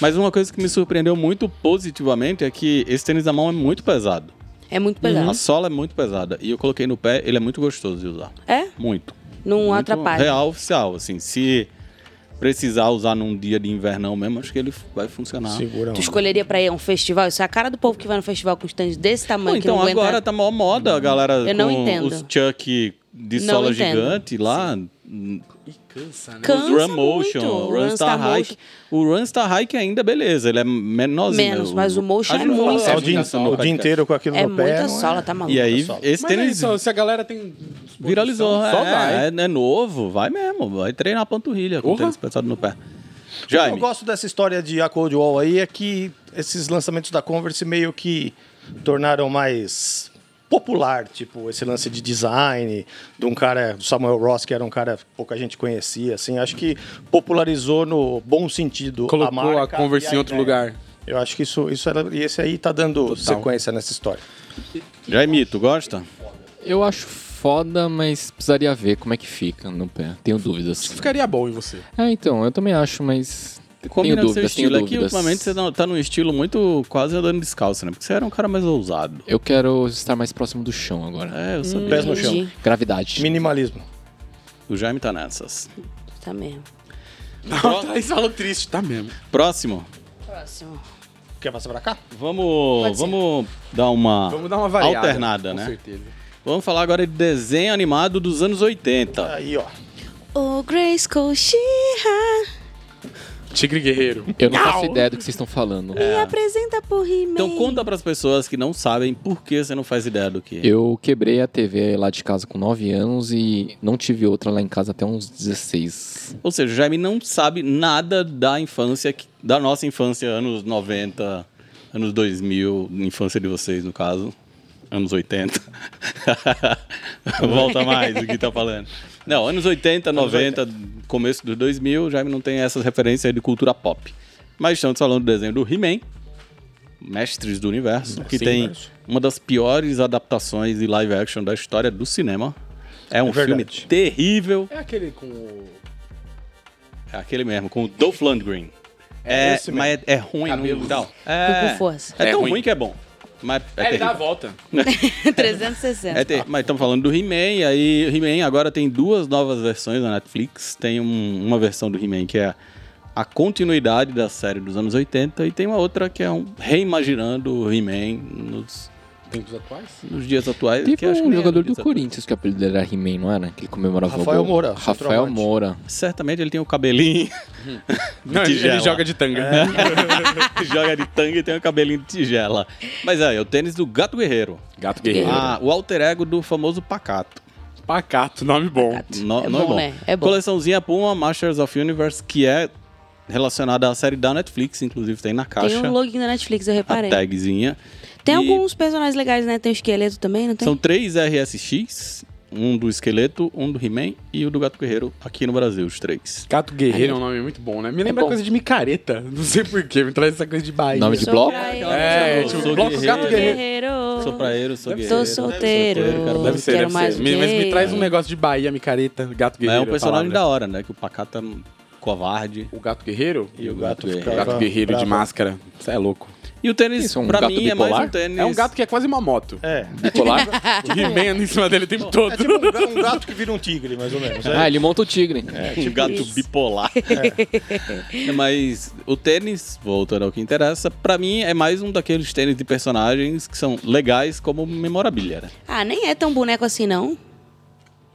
Mas uma coisa que me surpreendeu muito positivamente é que esse tênis da mão é muito pesado.
É muito pesado.
A sola é muito pesada. E eu coloquei no pé, ele é muito gostoso de usar.
É?
Muito
Não
muito
atrapalha.
Real oficial, assim. Se precisar usar num dia de invernão mesmo, acho que ele vai funcionar.
Segura a
Tu
onda.
escolheria pra ir a um festival? Isso é a cara do povo que vai no festival com stands desse
Pô,
tamanho que
então
não aguenta.
agora tá maior moda a galera
Eu não
com
entendo.
os Chuck de
Não
sola
entendo.
gigante lá.
E cansa, né?
Cansa
os Run
muito. tá
Motion, tá o Run Star Hike. O Run Star Hike ainda, beleza, ele é menorzinho.
Menos, mas o Motion
A gente
é
vai
muito.
falar
Passar Tá o
disso
dia,
no
o
podcast.
dia inteiro com aquilo
É
no pé.
muita
não é?
sola, tá maluco.
E aí,
Sola.
esse
Mas é
tênis
isso, se a galera tem.
viralizou.
Só
É,
vai.
é, é novo, vai mesmo, vai treinar a panturrilha com o
Porra.
tênis pesado no pé.
O que eu
Jaime,
gosto dessa história de a Cold Wall aí é que esses lançamentos da Converse meio que tornaram mais popular, tipo, esse lance de design de um cara, do Samuel Ross, que era um cara que pouca gente conhecia, assim, acho que popularizou no bom sentido a
Colocou a,
marca e
conversa
a
em outro
ideia.
lugar.
Eu acho que isso, isso era, e esse aí tá dando sequência nessa história.
Jaime, tu gosta?
Eu acho foda, mas precisaria ver como é que fica no pé. Tenho dúvidas.
Ficaria bom em você.
É, então, eu também acho, mas
Combinando seu
dúvidas, tenho
estilo. É que
dúvidas.
ultimamente você não- tá num estilo muito quase andando descalço, né? Porque você era um cara mais ousado.
Eu quero estar mais próximo do chão agora.
É, eu sabia.
Hum.
Pés no chão.
Entendi.
É.
Gravidade.
Minimalismo.
O Jaime tá nessas.
Tá mesmo.
Não, tá falou triste, tá mesmo.
Próximo.
Próximo.
Quer passar pra cá?
Vamos,
Pode ser.
vamos dar uma
Vamos dar uma variada.
alternada, né?
Com certeza.
Vamos falar agora de desenho animado dos anos 80.
Aí, ó.
O Grace She-Ha
Tigre Guerreiro.
Eu não faço ideia do que vocês estão falando.
É.
me apresenta por He-Man.
É. Então conta pras pessoas que não sabem por que você não faz ideia do que.
Eu quebrei a TV lá de casa com 9 anos e não tive outra lá em casa até uns 16.
Ou seja, o Jaime não sabe nada da infância, que- da nossa infância, anos 90, anos 2000, infância de vocês, no caso, anos 80. Volta mais o que tá falando. Não, anos 80, 90, começo dos 2000, o Jaime não tem essas referências aí de cultura pop. Mas estamos falando do desenho do He-Man, Mestres do Universo, que
Sim,
tem
mas-
uma das piores adaptações de live action da história do cinema. É um filme
verdade.
terrível.
É aquele com o
É aquele mesmo, com o Dolph Lundgren. É,
esse
mas é, é ruim, não
Cabelos.
dá. É,
Com força.
é
É
tão ruim.
ruim.
que é bom. Mas é,
É, ele
terrível.
dá a volta.
360.
É ter- Mas estamos falando do He-Man, aí o He-Man agora tem duas novas versões na Netflix. Tem um- uma versão do He-Man que é a continuidade da série dos anos 80 e tem uma outra que é um reimaginando o He-Man nos,
Tempos atuais?
nos dias atuais. que
Teve
acho que
um
nem é
jogador
nos
do
dias atuais.
Corinthians que o apelido era He-Man, não era? Que ele comemorava
Rafael
o gol.
Moura,
Rafael
centroavante.
Moura.
Certamente ele tem o cabelinho,
Não,
ele- ele
ele,
Tigela. joga
joga de tanga. né?
joga de tanga e tem o cabelinho de tigela. Mas é, é o tênis do Gato Guerreiro.
Gato Guerreiro.
Ah, o alter ego do famoso Pacato.
Pacato, nome bom.
No,
É
não é
bom,
bom.
né? É bom.
Coleçãozinha Puma Masters of Universe, que é relacionada à série da Netflix, inclusive tem na
Tem
caixa.
um login da Netflix, eu
a
reparei.
tagzinha.
Tem
E
alguns personagens legais, né? Tem o esqueleto também, não tem?
São três RSX, um do Esqueleto, um do He-Man e o do Gato Guerreiro aqui no Brasil, os três.
Gato Guerreiro é um nome muito bom, né? Me lembra
bom.
coisa de micareta. Não sei porquê, me traz essa coisa de Bahia.
Nome de
Sou
bloco?
praeiro,
É,
Sou
tipo, bloco
guerreiro.
Gato Guerreiro.
Sou praeiro, sou
Deve
guerreiro.
Sou
sou
solteiro.
cara.
Deve ser,
Quero
deve
mais
ser.
o
Me- Mas
quê?
me traz um negócio de Bahia, micareta, Gato
Mas é
Guerreiro.
um personagem
a palavra.
da hora, né? Que o Pacata é um covarde.
O Gato Guerreiro?
E o gato
Gato
ficava
Gato Guerreiro
bravo.
de máscara. Você é louco.
E o tênis,
Isso, é um
pra
gato
mim, é mais um
bipolar?
tênis.
É um gato que é quase uma moto.
É.
Bipolar?
Rimando em cima dele o tempo
É
todo.
tipo um ga- um gato que vira um tigre, mais ou menos. É.
ah, ele monta o tigre.
É, um gato
isso.
bipolar. É, Mas o tênis, voltando ao que interessa, pra mim é mais um daqueles tênis de personagens que são legais como memorabilia, né?
Ah, nem é tão boneco assim, não.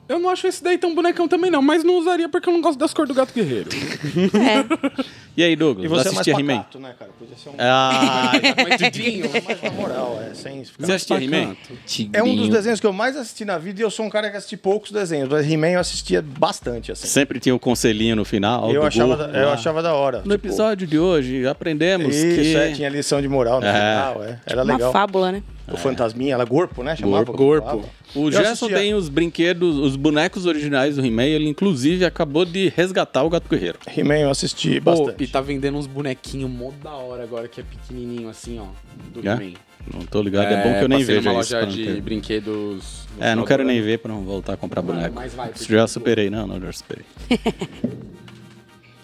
Eu não acho esse daí tão bonecão também, não. Mas não usaria porque eu não gosto das cores do Gato Guerreiro.
É.
E aí, Douglas,
E você é mais
assistia He-Man?
pacato, né, cara? Podia ser um
É.
Ah,
Mas Didinho.
mais na moral, é, sem ficar-
você assistia He-Man?
Tigrinho.
É um dos desenhos que eu mais assisti na vida e eu sou um cara que assisti poucos desenhos, mas He-Man eu assistia bastante, assim.
Sempre tinha o um conselhinho no final.
eu,
do
achava,
burro,
eu
lá.
achava da hora.
No episódio de hoje, aprendemos
Isso,
que...
é, tinha lição de moral no
É.
final, é. Era legal.
Tipo Uma fábula, né?
O fantasminha, era Gorpo, né? Chamava
Gorpo.
Gorpo.
O
Eu
Gerson
assistia.
tem os brinquedos, os bonecos originais do He-Man. Ele, inclusive, acabou de resgatar o Gato Guerreiro.
He-Man eu assisti
Pô,
bastante.
e tá vendendo uns bonequinhos mó da hora agora, que é pequenininho assim, ó. Do
É?
He-Man.
Não tô ligado, é, bom que eu nem
passei
vejo
numa
isso.
loja
pra não
de
ter-
brinquedos. no
É, não
final
quero
do
nem
ano.
ver pra não voltar a comprar boneco.
mas vai,
Isso
porque
já
eu-
superei, não, não, já superei.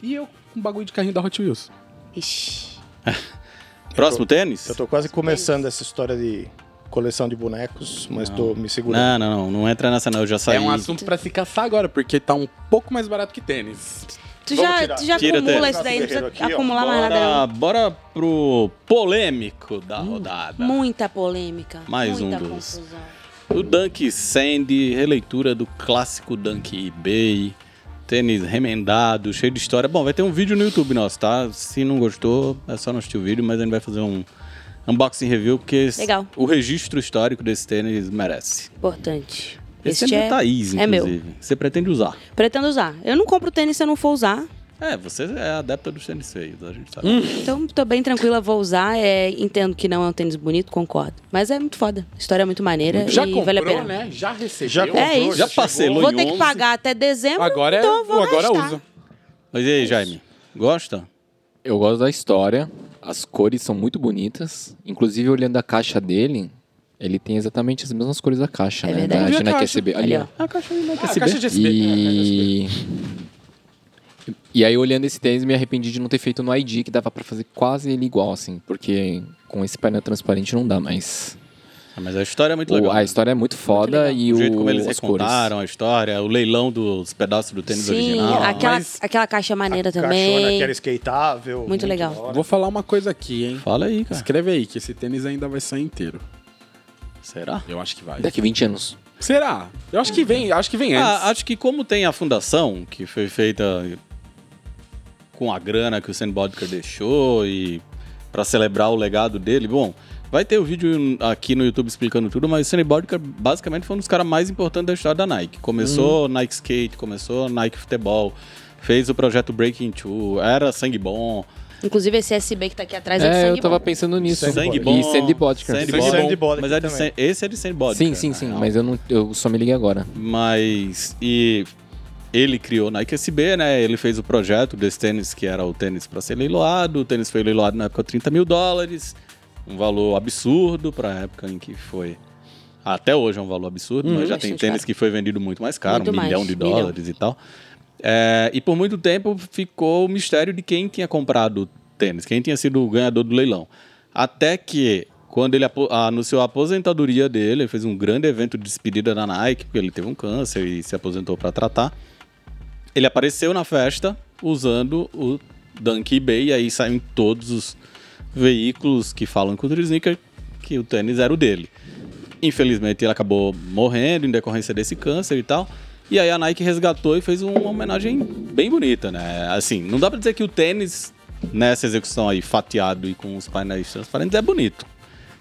E eu com um bagulho de carrinho da Hot Wheels.
Ixi.
Próximo tênis?
Eu tô quase começando essa história de coleção de bonecos, mas tô me
Não,
segurando.
não, não, não entra nessa não, eu já saí.
É um assunto pra se caçar agora, porque tá um pouco mais barato que tênis.
Tu
Vamos
já,
tirar.
tu já
Tira
acumula
até.
isso daí, não precisa
Aqui, ó.
acumular mais nada. não.
Bora, bora pro polêmico da
Hum.
rodada.
Muita polêmica.
Mais
muita
um dos-
confusão.
O Dunk Sandy, releitura do clássico Dunk eBay, tênis remendado, cheio de história. Bom, vai ter um vídeo no YouTube nosso, tá? Se não gostou, é só não assistir o vídeo, mas a gente vai fazer um unboxing review, porque esse-
Legal.
o registro histórico desse tênis merece.
Importante.
Esse,
Este
é do Thaís,
é meu.
inclusive. Você pretende usar.
Pretendo usar. Eu não compro tênis se eu não for usar.
É, você é adepta dos tênis feios, a gente sabe.
Hum,
Então, tô bem tranquila, vou usar. É, entendo que não é um tênis bonito, concordo. Mas é muito foda. A história é muito maneira
Já
e
comprou,
vale a pena.
né? Já recebeu.
Já comprou,
É isso.
já parcelou
Vou
em
ter que
11.
pagar até dezembro,
Agora é.
então vou
agora
gastar.
usa.
Mas e aí, Jaime? Gosta?
Eu gosto da história, as cores são muito bonitas. Inclusive, olhando a caixa dele, ele tem exatamente as mesmas cores da caixa,
É
né?
verdade.
É
Olha Ah, a
Da Gina
É, caixa.
QSB.
Ali,
Ali,
ó.
ó.
A caixa de
Ah, caixa de USB.
E E aí, olhando esse tênis, me arrependi de não ter feito no ID, que dava pra fazer quase ele igual, assim. Porque com esse painel transparente não dá, mas...
Ah, Mas a história é muito
o-
legal.
a história é muito foda
legal.
e
o jeito como eles
as cores.
recontaram a história, o leilão dos pedaços do tênis
Sim,
original.
aquela,
mas-
aquela caixa maneira
Caixona,
também.
que era skateável.
Muito legal.
da hora.
Vou falar uma coisa aqui, hein?
Fala aí, cara.
Escreve aí que esse tênis ainda vai sair inteiro.
Será?
Eu acho que vai.
Daqui 20 anos.
Será? Eu acho que vem, acho que vem antes.
Ah, acho que como tem a fundação, que foi feita com a grana que o Sam Bodker deixou e para celebrar o legado dele, bom, vai ter o vídeo aqui no YouTube explicando tudo, mas o Sam Bodker basicamente foi um dos caras mais importantes da história da Nike.
Uhum.
Começou Nike Skate, começou Nike Futebol, fez o projeto Breaking Two, era sangue bom,
Inclusive esse SB que tá aqui atrás é, de
é,
sangue
eu tava
bom.
pensando nisso.
sangue
e
bom,
Sandy Bodker.
Sandy
Sandy
Bodker.
Bodker
mas é de
também.
San- esse é de Sandy Bodker.
Sim, sim,
na
sim.
real.
Mas eu, não, eu só me liguei agora.
Mas. E ele criou Nike SB, né? Ele fez o projeto desse tênis, que era o tênis para ser leiloado. O tênis foi leiloado na época 30 mil dólares. Um valor absurdo para a época em que foi. Até hoje é um valor absurdo, mas já tem
bastante
tênis
caro.
que foi vendido muito mais caro,
Muito
um
mais,
milhão de
milhão.
dólares e tal. É, e por muito tempo ficou o mistério de quem tinha comprado o tênis, quem tinha sido o ganhador do leilão. Até que, quando ele apo- anunciou a aposentadoria dele, ele fez um grande evento de despedida da Nike, porque ele teve um câncer e se aposentou para tratar. Ele apareceu na festa usando o Dunk Bay, e aí saiu em todos os veículos que falam com o Sneaker que o tênis era o dele. Infelizmente ele acabou morrendo em decorrência desse câncer e tal. E aí a Nike resgatou e fez uma homenagem bem bonita, né? Assim, não dá pra dizer que o tênis, nessa execução aí, fatiado e com os painéis transparentes, é bonito.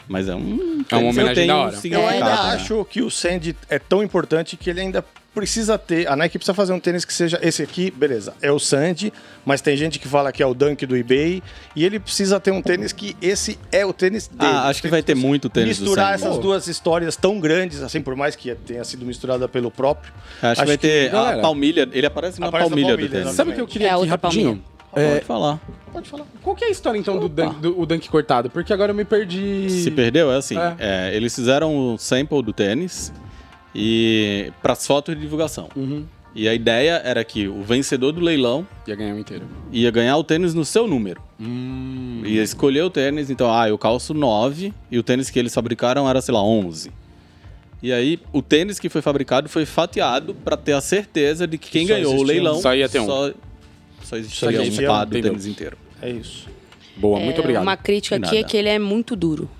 Mas é um.
É uma
tênis que
homenagem
tem
da
um
hora.
Eu É, ainda
significado, né?
acho que o Sandy é tão importante que ele ainda precisa ter. A Nike precisa fazer um tênis que seja esse aqui, beleza, é o Sandy, mas tem gente que fala que é o Dunk do eBay. E ele precisa ter um tênis que esse é o tênis dele.
Ah, acho que vai ter muito tênis do
Misturar
Sandy.
essas duas histórias tão grandes, assim, por mais que tenha sido misturada pelo próprio.
Acho, que vai ter
galera,
a palmilha. Ele aparece na
aparece na
palmilha,
palmilha,
do tênis.
exatamente.
Sabe o que eu queria
É,
aqui
outra
rapidinho?
Pode falar.
Pode falar. Qual que é a história então do dunk, do- o dunk cortado? Porque agora eu me perdi.
Se perdeu, é assim.
É.
é, eles fizeram um sample do tênis e para as fotos de divulgação.
Uhum.
E a ideia era que o vencedor do leilão
Ia ganhar o inteiro.
ia ganhar o tênis no seu número.
Hum.
Ia escolher o tênis, então, ah, eu calço 9 e o tênis que eles fabricaram era, sei lá, 11. E aí, o tênis que foi fabricado foi fatiado para ter a certeza de que quem
Só
ganhou o
existia um.
leilão
Só ia ter um.
Só, só existia
Só
um
existia um,
pá do
entendeu.
tênis inteiro.
É isso.
Boa,
É,
muito obrigado.
Uma crítica
De
aqui é
nada.
que ele é muito duro.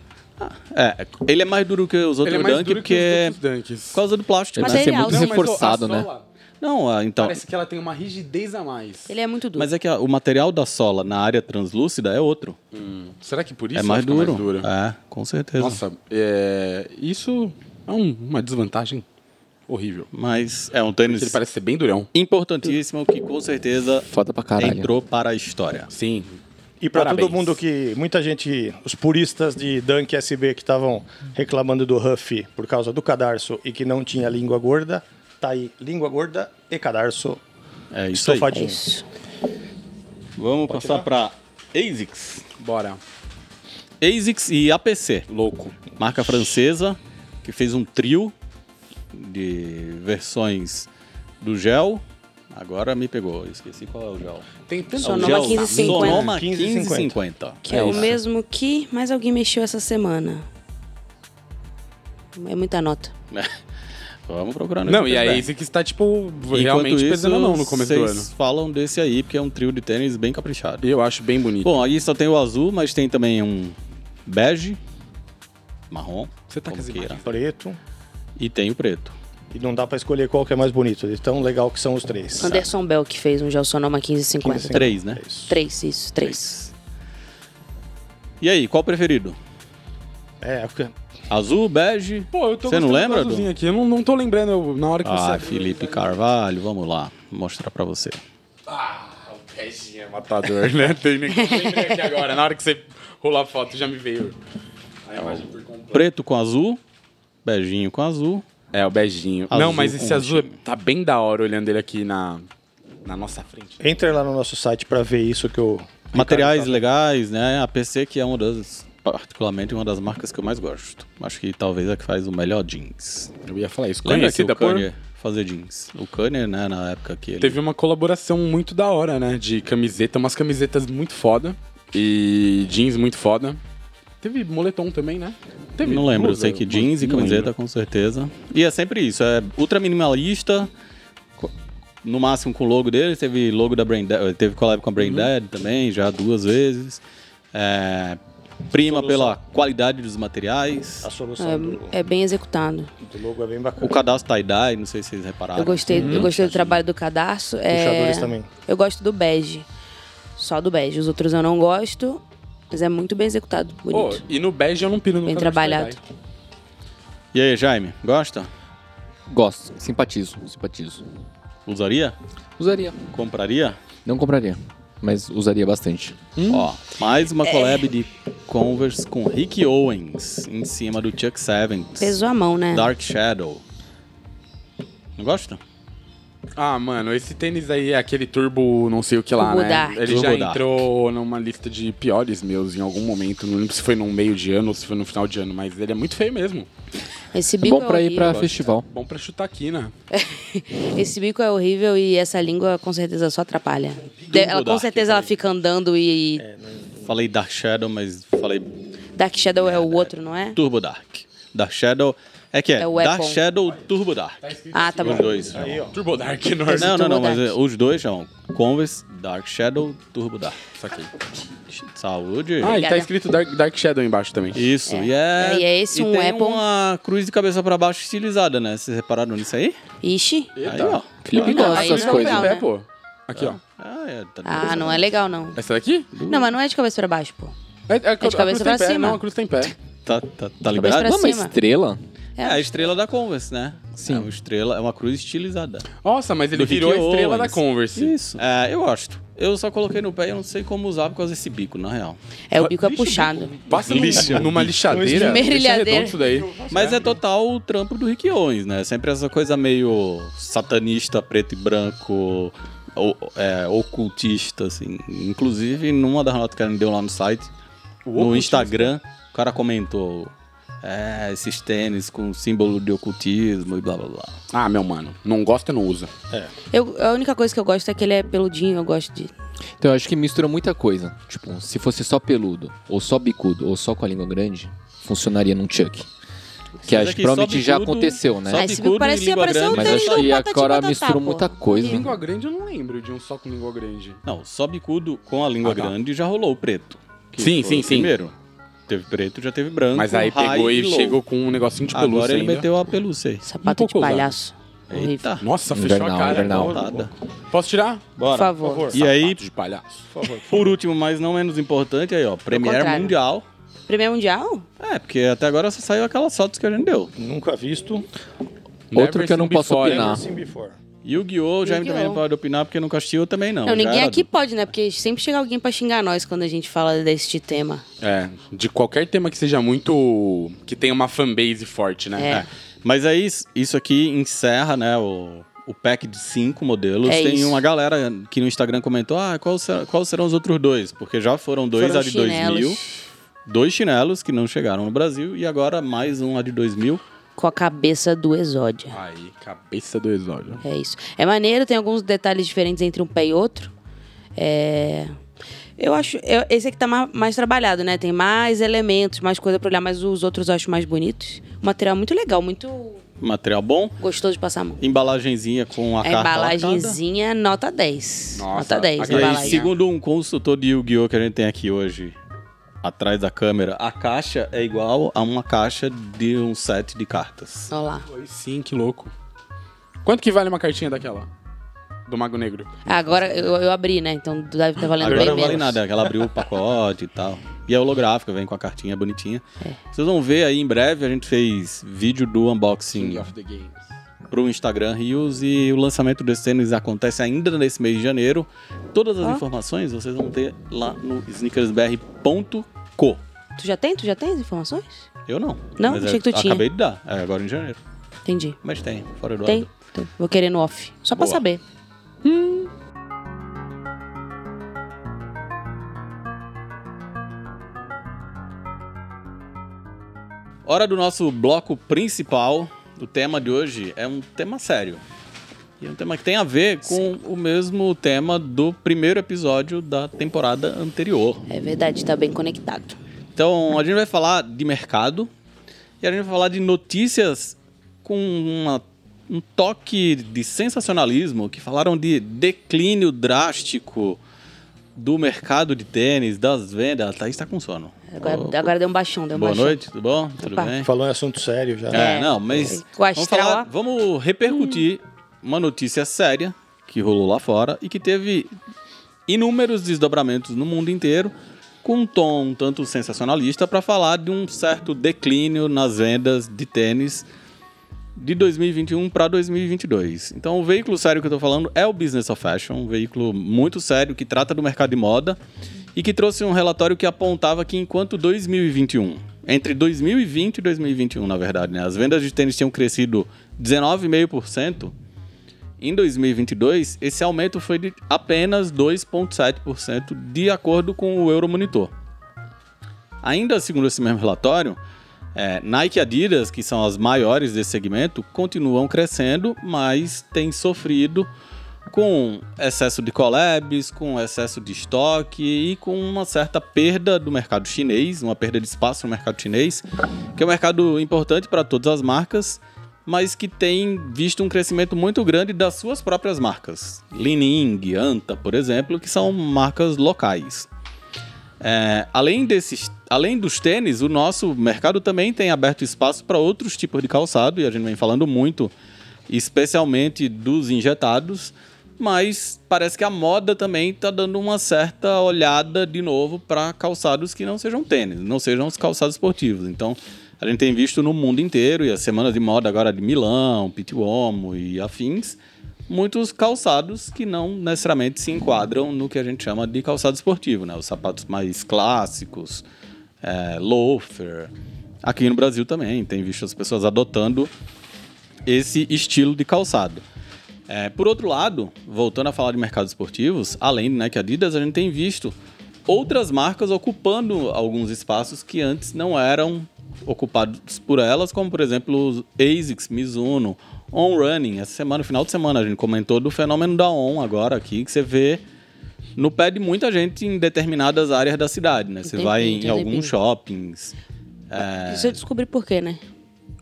É, ele é mais duro que os outros Dunk porque é
os dunks.
por causa do plástico.
Ele
né?
Mas
vai ser
Material.
muito
mas,
Não,
ô, a
reforçado, né?
sola,
Não, ah, então.
Parece que ela tem uma rigidez a mais.
Ele é muito duro.
Mas é que ah, o material da sola na área translúcida é outro.
Hum, Será que por isso
é
ela
mais
fica
duro.
dura?
É, com certeza.
Nossa, é, isso é um- uma desvantagem horrível.
Mas é um
Ele
tênis
parece ser bem durão.
importantíssimo que com certeza
Foda pra caralho.
entrou para a história.
Sim.
E para
Parabéns.
todo mundo que. Muita gente, os puristas de Dunk SB que estavam reclamando do Huff por causa do cadarço e que não tinha língua gorda, tá aí. Língua gorda e cadarço
É isso aí.
É
estofadinho.
isso.
Vamos passar para ASICS.
Bora.
ASICS e APC,
Louco.
marca francesa que fez um trio de versões do gel. Agora me pegou, eu esqueci qual é o gel.
Tem tanto
Sonoma
é o gel
1550.
Sonoma
1550.
1550.
Que é, o mesmo que mais alguém mexeu essa semana. É muita nota.
Vamos procurar no
Não, e a
Internet.
ASICS tá, tipo, realmente
Enquanto
pesando a mão no começo do
vocês
ano.
falam desse aí, porque é um trio de tênis bem caprichado.
Eu acho bem bonito.
Bom, aí só tem o azul, mas tem também um bege, marrom,
Você tá com
como
as
queira,
imagens.
Preto.
e tem o preto.
E não dá pra escolher qual que é mais bonito. De tão legal que são os três.
Anderson Bell que fez um Gelsonoma 1550.
15,50.
Três, né?
É isso.
Três, isso, três.
E aí, qual o preferido?
É, porque-
Azul, bege?
Pô, eu tô
Você não
gostando
lembra,
do azulzinho aqui. Eu não, não tô lembrando eu- na hora que você...
Ah, Felipe Carvalho, vamos lá, vou mostrar pra você.
Ah, o pezinho é matador, né? Tem nem que lembrar aqui agora. Na hora que você rolar a foto, já me veio a imagem por completo.
Preto com azul, beijinho com azul.
É, o beijinho.
Azul
não, mas
com
esse azul tá bem da hora olhando ele aqui na, na nossa frente.
Entre lá no nosso site pra ver isso que eu.
Materiais legais, né? A PC que é uma das particularmente uma das marcas que eu mais gosto. Acho que talvez é a que faz o melhor jeans.
Eu ia falar isso.
Lembra que
Conhecida
o
por...
Kanye fazia jeans? O Kanye, né, na época que ele...
Teve uma colaboração muito da hora, né? De camiseta, umas camisetas muito foda. E jeans muito foda. Teve moletom também, né? Teve
Não lembro, eu
blusa,
sei que
mas
jeans e
não
camiseta,
lembro.
com certeza. E é sempre isso, é ultra minimalista, co- no máximo com o logo dele, teve logo da Brain Dead, teve collab com a
Uhum.
Brain Dead também, já duas vezes. É, prima pela qualidade dos materiais.
A solução do,
É bem executado.
do logo é bem bacana.
O cadastro tie-dye, não sei se vocês repararam.
Eu gostei, eu gostei do trabalho do cadarço. É,
Puxadores também.
eu gosto do bege. Só do bege. Os outros eu não gosto, mas é muito bem executado,
Pô,
bonito.
e no bege eu não piro no
Bem
cadarço
trabalhado.
tie-dye.
E aí, Jaime, gosta?
Gosto, simpatizo, simpatizo.
Usaria?
Usaria.
Compraria?
Não compraria, mas usaria bastante.
Hum.
Ó, mais
É.
uma collab de Converse com Rick Owens, em cima do Chuck Sevens.
Pesou a mão, né?
Dark Shadow. Não gosta?
Ah, mano, esse tênis aí é aquele turbo não sei o que lá,
Turbo
né?
Dark.
Ele
Turbo
já
Dark.
entrou numa lista de piores meus em algum momento. Não lembro se foi no meio de ano ou se foi no final de ano, mas ele é muito feio mesmo.
Esse
É
bico
bom pra
é
ir pra
horrível.
festival.
Bom pra chutar aqui, né?
Esse bico é horrível e essa língua com certeza só atrapalha. De- ela, com
Dark,
certeza ela fica andando e.
Falei Dark Shadow, mas falei
Dark Shadow é o outro, não é?
Turbo Dark. Dark Shadow. É que é,
É o
Dark
Weapon.
Shadow Turbo Dark.
Ah, tá bom.
Os dois.
Aí, ó.
Turbo Dark enorme.
Não, não, não,
Turbo
mas
Dark.
é, os dois são Converse, Dark Shadow, Turbo Dark.
Saquei.
Saúde.
Ah, e
Obrigada.
tá escrito Dark, Dark Shadow embaixo também.
Isso, e é.
É, e é esse um
tem
Weapon.
uma cruz de cabeça pra baixo estilizada, né? Vocês repararam nisso aí?
Ixi.
Tá.
Aí, ó.
Felipe
Não,
gosta
aí
dessas
não
coisas.
dá.
É,
né?
pô. Aqui, ó.
Ah, é, tá
Ah, não é legal, não.
Essa daqui?
Não, mas não é de cabeça pra baixo, pô.
É, é, a cruz
cabeça
tem
pra
pé.
cima.
Não, a cruz tem pé.
Tá, tá, tá liberado?
pra
Não, é uma
cima.
estrela?
É a estrela da Converse, né?
Sim.
É uma estrela, é uma cruz estilizada.
Nossa, mas ele
Do
virou a
Rick
estrela da
Owens.
Converse.
Isso. É, eu gosto. Eu só coloquei no pé e eu não sei como usar por causa desse bico, na real.
É, o bico é
Lixa o
puxado.
né?
Passa num-
Lixa.
numa lixadeira.
Uma espirilhadeira.
deixa redondo Isso daí.
Mas é total o trampo do Rick Owens, né? Sempre essa coisa meio satanista, preto e branco, ou, é, ocultista, assim. Inclusive, numa das notas que ele deu lá no site, no Instagram, o cara comentou... É, esses tênis com símbolo de ocultismo e blá blá blá.
Ah, meu mano. Não gosta, não usa.
Eu, a única coisa que eu gosto é que ele é peludinho, eu gosto de.
Então eu acho que mistura muita coisa. Tipo, se fosse só peludo, ou só bicudo, ou só com a língua grande, funcionaria num Chuck. Que
Mas
acho
é
que
que só
provavelmente já
bicudo-
aconteceu,
só
né?
Ah, esse
bicudo
bico
e
parecia,
língua
parecia o
grande.
Mas
tênis
acho
do
que
Patati
agora
Patatá,
misturou
pô.
muita coisa, hein?
Língua grande eu não lembro de um só com língua grande.
Não, só bicudo com a língua
Ah, tá.
grande já rolou o preto. que
Sim,
foi
sim,
o
sim.
Primeiro. Teve preto, já teve branco.
Mas aí
high
pegou e
low.
chegou com um negocinho de pelúcia
Agora ele
ainda.
meteu a pelúcia aí.
Sapato
Um
de
pouco usado.
palhaço. Horrível.
Eita.
Nossa, fechou
Invernal,
a cara.
invernal.
Pô.
Nada.
Posso tirar?
Bora.
Por favor.
E aí,
Sapato de palhaço.
por último, mas não menos importante, aí ó, Premiere
contrário.
Mundial.
Primeiro mundial?
É, porque até agora só saiu aquelas fotos que a gente deu.
Nunca visto.
Outro que eu não
seen
posso
before.
opinar.
Ah.
Never seen before.
E o Guiô, Jaime também não
Yu-Gi-Oh!
pode opinar, porque nunca assistiu, eu também não.
Não,
Já
ninguém
era
aqui
do-
pode, né? Porque sempre chega alguém pra xingar nós quando a gente fala deste tema.
É, de qualquer tema que seja muito. que tenha uma fanbase forte, né?
É.
É. Mas aí, is- isso aqui encerra, né, o, o pack de cinco modelos.
É
Tem
isso.
uma galera que no Instagram comentou, ah, qual ser- quais serão os outros dois? Porque já foram dois
Foram
a de
chinelos
2000, dois chinelos que não chegaram no Brasil, e agora mais um a de 2000.
Com a cabeça do exódio.
Aí, cabeça do exódio.
É isso. É maneiro, tem alguns detalhes diferentes entre um pé e outro. É... Eu acho. eu- esse aqui tá ma- mais, trabalhado, né? Tem mais elementos, mais coisa pra olhar, mas os outros eu acho mais bonitos. O material é muito legal, muito
Material bom.
gostoso de passar a mão.
Embalagenzinha com a,
A
carta lacrada.
É embalagenzinha, nota 10.
Nossa,
nota 10,
aquela
E aí,
embalagem.
segundo um consultor de Yu-Gi-Oh! que a gente tem aqui hoje, atrás da câmera, a caixa é igual a uma caixa de um set de cartas.
Olha lá.
Foi sim, que louco. Quanto que vale uma cartinha daquela? Do Mago Negro.
Ah, Agora eu, eu abri, né? Então deve estar valendo
Agora
bem
não vale
menos.
nada, ela abriu o pacote e tal. E é holográfica, vem com a cartinha bonitinha.
É.
Vocês vão ver aí em breve, a gente fez vídeo do unboxing
the Games.
pro Instagram Rios e o lançamento desse tênis acontece ainda nesse mês de janeiro. Todas as
Ó.
informações vocês vão ter lá no sneakersbr.co.
Tu já tem? Tu já tem as informações?
Eu não.
Não?
mas
Achei
eu
que tu tinha.
Acabei de dar, é agora em janeiro.
Entendi.
Mas tem, fora do
Tem? Tem. Vou querer no off. Só pra
Boa.
saber.
Hora do nosso bloco principal. O tema de hoje é um tema sério. E é um tema que tem a ver com o mesmo tema do primeiro episódio da temporada anterior.
É verdade, tá bem conectado.
Então, a gente vai falar de mercado e a gente vai falar de notícias com uma- um toque de sensacionalismo que falaram de declínio drástico do mercado de tênis, das vendas. A Thaís está com sono.
Agora,
Ô,
agora deu um baixão, deu um
Boa
baixão.
noite, tudo bom? Tudo
Opa.
bem?
Falou em assunto sério já. né?
É,
É. Hum.
não, mas
Com a
vamos,
estrela.
falar- vamos repercutir uma notícia séria que rolou lá fora e que teve inúmeros desdobramentos no mundo inteiro, com um tom um tanto sensacionalista para falar de um certo declínio nas vendas de tênis de 2021 para 2022. Então, o veículo sério que eu tô falando é o Business of Fashion, um veículo muito sério que trata do mercado de moda e que trouxe um relatório que apontava que enquanto 2021, entre 2020 e 2021, na verdade, né, as vendas de tênis tinham crescido 19,5%, em 2022 esse aumento foi de apenas 2,7%, de acordo com o Euromonitor. Ainda segundo esse mesmo relatório, é, Nike e Adidas, que são as maiores desse segmento, continuam crescendo, mas têm sofrido com excesso de collabs, com excesso de estoque e com uma certa perda do mercado chinês, uma perda de espaço no mercado chinês, que é um mercado importante para todas as marcas, mas que tem visto um crescimento muito grande das suas próprias marcas. Lining, Anta, por exemplo, que são marcas locais. É, além, desses, além dos tênis, o nosso mercado também tem aberto espaço para outros tipos de calçado, e a gente vem falando muito, especialmente dos injetados, mas parece que a moda também está dando uma certa olhada de novo para calçados que não sejam tênis, não sejam os calçados esportivos. Então, a gente tem visto no mundo inteiro, e a semana de moda agora de Milão, Pitti Uomo e afins, muitos calçados que não necessariamente se enquadram no que a gente chama de calçado esportivo, né? Os sapatos mais clássicos, é, loafer. Aqui no Brasil também tem visto as pessoas adotando esse estilo de calçado. É, por outro lado, voltando a falar de mercados esportivos, além né, que a Adidas, a gente tem visto outras marcas ocupando alguns espaços que antes não eram ocupados por elas, como por exemplo os ASICS, Mizuno, On Running. Essa semana, final de semana, a gente comentou do fenômeno da On agora aqui, que você vê no pé de muita gente em determinadas áreas da cidade, né? Você
Tem
vai
muito,
em
tem
alguns
muito.
shoppings.
Isso eu descobri por quê, né?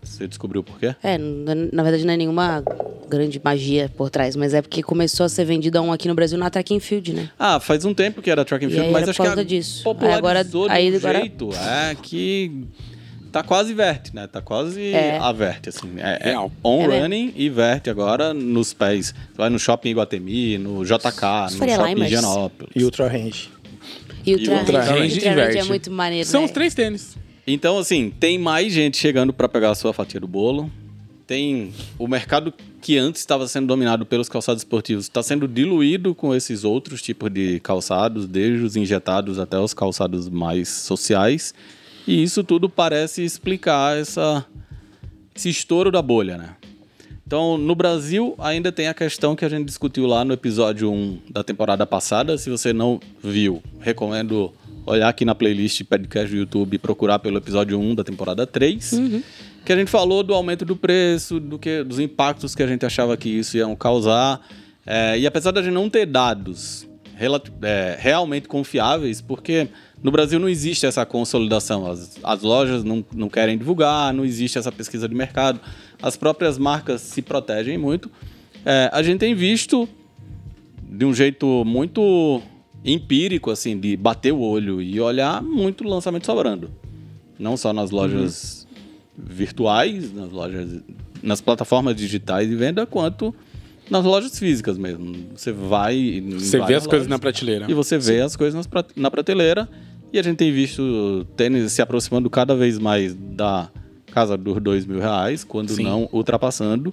Você descobriu por quê?
É, n- na verdade não é nenhuma grande magia por trás, mas é porque começou a ser vendido a um aqui no Brasil na Track and Field, né?
Ah, faz um tempo que era track and
E
field,
aí
mas
era
acho
por
que
causa disso.
popularizou
Aí agora-
de um
aí agora-
jeito é, que tá quase verte, né? Tá quase
É.
a verte, assim. É, é
Real.
on
É mesmo.
running e verte agora nos pés. Você Vai no Shopping Iguatemi, no JK,
Os
no Shopping
Freelimers.
Higienópolis.
E Ultra Range.
E o
E o
Trend
Ultra Range
é
diverte.
muito maneiro,
São
né?
os três tênis.
Então, assim, tem mais gente chegando para pegar a sua fatia do bolo. Tem o mercado que antes estava sendo dominado pelos calçados esportivos, está sendo diluído com esses outros tipos de calçados, desde os injetados até os calçados mais sociais. E isso tudo parece explicar essa, esse estouro da bolha, né? Então, no Brasil, ainda tem a questão que a gente discutiu lá no episódio 1 da temporada passada. Se você não viu, recomendo olhar aqui na playlist podcast do YouTube e procurar pelo episódio 1 da temporada 3. Que a gente falou do aumento do preço, do que, dos impactos que a gente achava que isso ia causar. É, e apesar da gente não ter dados relati- é, realmente confiáveis, porque no Brasil não existe essa consolidação. As, as lojas não, não querem divulgar, não existe essa pesquisa de mercado. As próprias marcas se protegem muito. É, a gente tem visto de um jeito muito empírico, assim, de bater o olho e olhar muito lançamento sobrando. Não só nas lojas virtuais, nas lojas, nas plataformas digitais de venda, quanto nas lojas físicas mesmo. Você vai. em
Você vê
várias
as
lojas
coisas na prateleira.
e você vê as coisas nas prate- na prateleira. E a gente tem visto tênis se aproximando cada vez mais da casa dos dois mil reais, quando
Sim.
não ultrapassando.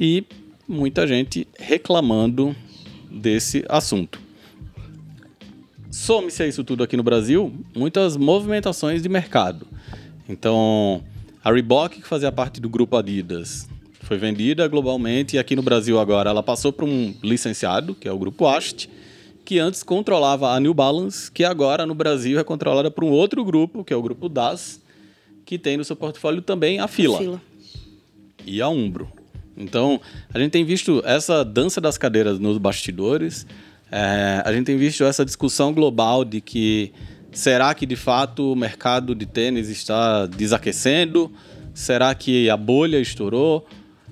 E muita gente reclamando desse assunto. Some-se a isso tudo aqui no Brasil, muitas movimentações de mercado. Então, a Reebok, que fazia parte do grupo Adidas, foi vendida globalmente e aqui no Brasil agora ela passou para um licenciado, que é o grupo Ast, que antes controlava a New Balance, que agora no Brasil é controlada por um outro grupo, que é o grupo DAS, que tem no seu portfólio também a fila,
Fila.
e a Umbro. Então, a gente tem visto essa dança das cadeiras nos bastidores, é, a gente tem visto essa discussão global de que será que de fato o mercado de tênis está desaquecendo? Será que a bolha estourou?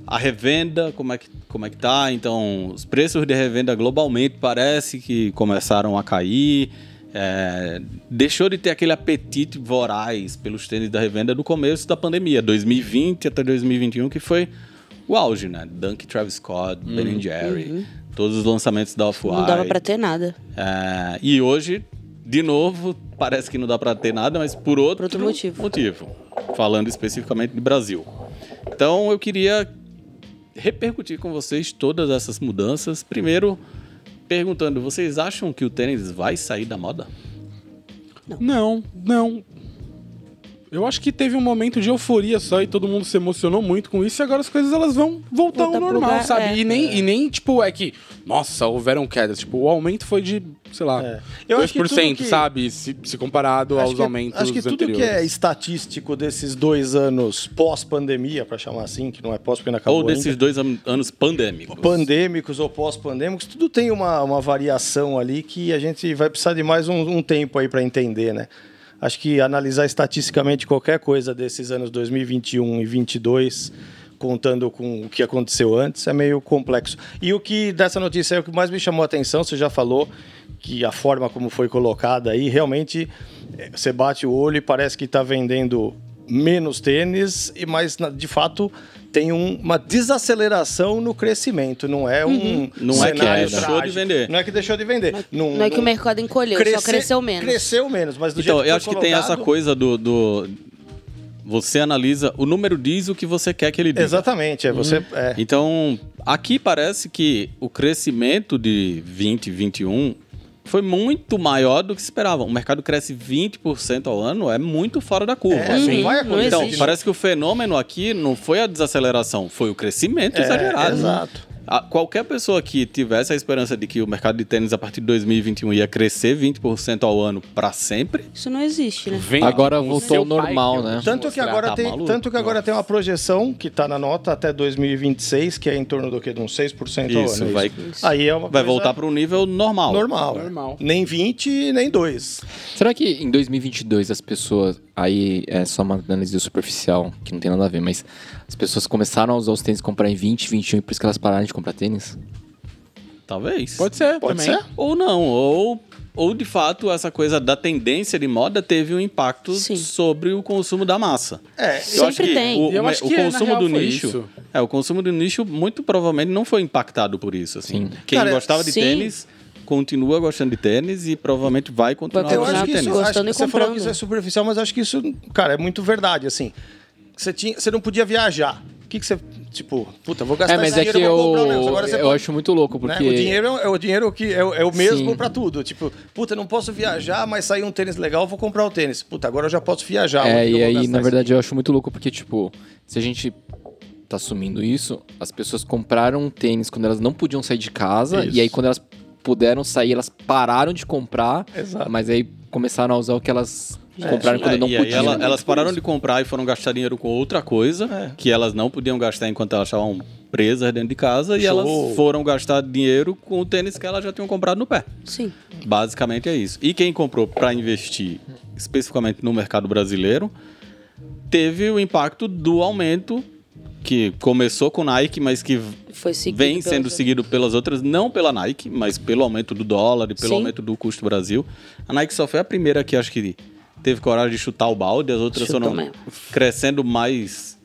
A revenda, como é que como é que tá? Então, os preços de revenda globalmente parece que começaram a cair. É, deixou de ter aquele apetite voraz pelos tênis da revenda do começo da pandemia, 2020 até 2021, que foi o auge, né? Dunk, Travis Scott, Ben Jerry, todos os lançamentos da Off-White.
Uhum. Não dava pra ter nada.
É, e hoje, de novo, parece que não dá para ter nada, mas por outro,
Por outro motivo.
motivo. Falando especificamente de Brasil. Então, eu queria repercutir com vocês todas essas mudanças. Primeiro, perguntando, vocês acham que o tênis vai sair da moda?
Não, não. Eu acho que teve um momento de euforia só e todo mundo se emocionou muito com isso e agora as coisas elas vão voltar
Voltar
ao
pro
normal,
lugar,
sabe?
é.
E, nem, e nem, tipo, é que, nossa, houveram quedas. Tipo, o aumento foi de, sei lá,
É. Eu acho que
2%,
tudo que-
sabe? Se, se comparado aos
que, é,
aumentos
acho que tudo
anteriores.
que é estatístico desses dois anos pós-pandemia, para chamar assim, que não é pós porque ainda acabou
Ou desses
ainda,
dois an- anos pandêmicos?
pandêmicos ou pós-pandêmicos, tudo tem uma, uma variação ali que a gente vai precisar de mais um, um tempo aí para entender, né? Acho que analisar estatisticamente qualquer coisa desses anos 2021 e 22, contando com o que aconteceu antes, é meio complexo. E o que dessa notícia é o que mais me chamou a atenção, você já falou que a forma como foi colocada aí, realmente eh, você bate o olho e parece que está vendendo menos tênis, e mas na- de fato tem um- uma desaceleração no crescimento, não é um
Não é que
cenário
deixou de
trágico,
vender.
Não é que deixou de vender. Não,
Não é que o mercado encolheu, só
crescer-
cresceu menos.
Cresceu menos, mas do
Então,
jeito
eu
foi
acho que tem essa
colocado-
coisa do, do- Você analisa, o número diz o que você quer que ele diga.
Exatamente, é você é,
Então, aqui parece que o crescimento de 20, 21 foi muito maior do que se esperava. O mercado cresce 20% ao ano, é muito fora da curva.
é, não vai acontecer.
Então,
de-
parece que o fenômeno aqui não foi a desaceleração, foi o crescimento
é,
exagerado.
Exato.
A- qualquer pessoa que tivesse a esperança de que o mercado de tênis a partir de 2021 ia crescer 20% ao ano para sempre,
Isso não existe, né?
Vem
Agora
com
voltou
seu
ao normal,
pai, eu
né?
vou te
é Tanto que,
mostrar.
agora
tá
tem,
maluco?
tanto que agora tem uma projeção que está na nota até 2026, que é em torno do que? De uns 6% ao
Isso,
ano. é
vai-
Aí Então, é uma
vai
coisa
voltar para um nível normal.
normal.
Normal.
Nem 20, nem 2.
Será que em 2022 as pessoas. Aí é só uma análise superficial, que não tem nada a ver, mas as pessoas começaram a usar os tênis e comprar em 20, 21 e por isso que elas pararam de comprar tênis?
Talvez.
Pode ser,
Pode
também.
ser?
Ou não, ou, ou de fato essa coisa da tendência de moda teve um impacto
Sim.
sobre o consumo da massa. Eu
É,
acho
Sempre
que
tem.
O,
Eu
o-
acho
o
que, é, na
consumo
real,
do
foi
nicho.
isso.
É, o consumo do nicho muito provavelmente não foi impactado por isso. Assim. Quem
Cara,
gostava de
sim.
tênis continua gostando de tênis e provavelmente vai continuar
Vai
eu
gostando
acho
de
que
tênis.
isso,
Gostando
acho que
e
você falou
comprando.
que isso é superficial, mas acho que isso, cara, é muito verdade, assim. Você, tinha, você não podia viajar. O que, que você, tipo, puta, vou gastar
é, mas
esse
é
dinheiro
que
pra
eu,
comprar um negócio. Agora você
eu
pode-
acho muito louco,
né?
porque.
O dinheiro é, é o dinheiro que é, o- é o mesmo
Sim.
pra tudo. Tipo, puta, não posso viajar, mas saiu um tênis legal, vou comprar o tênis. Puta, agora eu já posso viajar. Tá, onde
É,
que eu
e
vou
aí,
gastar
na
isso?
verdade, eu acho muito louco, porque, tipo, se a gente tá assumindo isso, as pessoas compraram um tênis quando elas não podiam sair de casa,
Isso.
e aí quando elas puderam sair, elas pararam de comprar,
Exato.
mas aí começaram a usar o que elas compraram quando
É,
não
e aí
podiam.
ela- elas pararam de comprar e foram gastar dinheiro com outra coisa
É.
que elas não podiam gastar enquanto elas estavam presas dentro de casa e
Show.
elas foram gastar dinheiro com o tênis que elas já tinham comprado no pé.
Sim.
Basicamente é isso. E quem comprou para investir especificamente no mercado brasileiro teve o impacto do aumento que começou com Nike, mas que
Foi seguido.
vem
pelas
sendo
outras.
seguido pelas outras, não pela Nike, mas pelo aumento do dólar e pelo
Sim.
aumento do custo Brasil. A Nike só foi a primeira que acho que teve coragem de chutar o balde, as outras
Chutou
foram
mesmo.
crescendo mais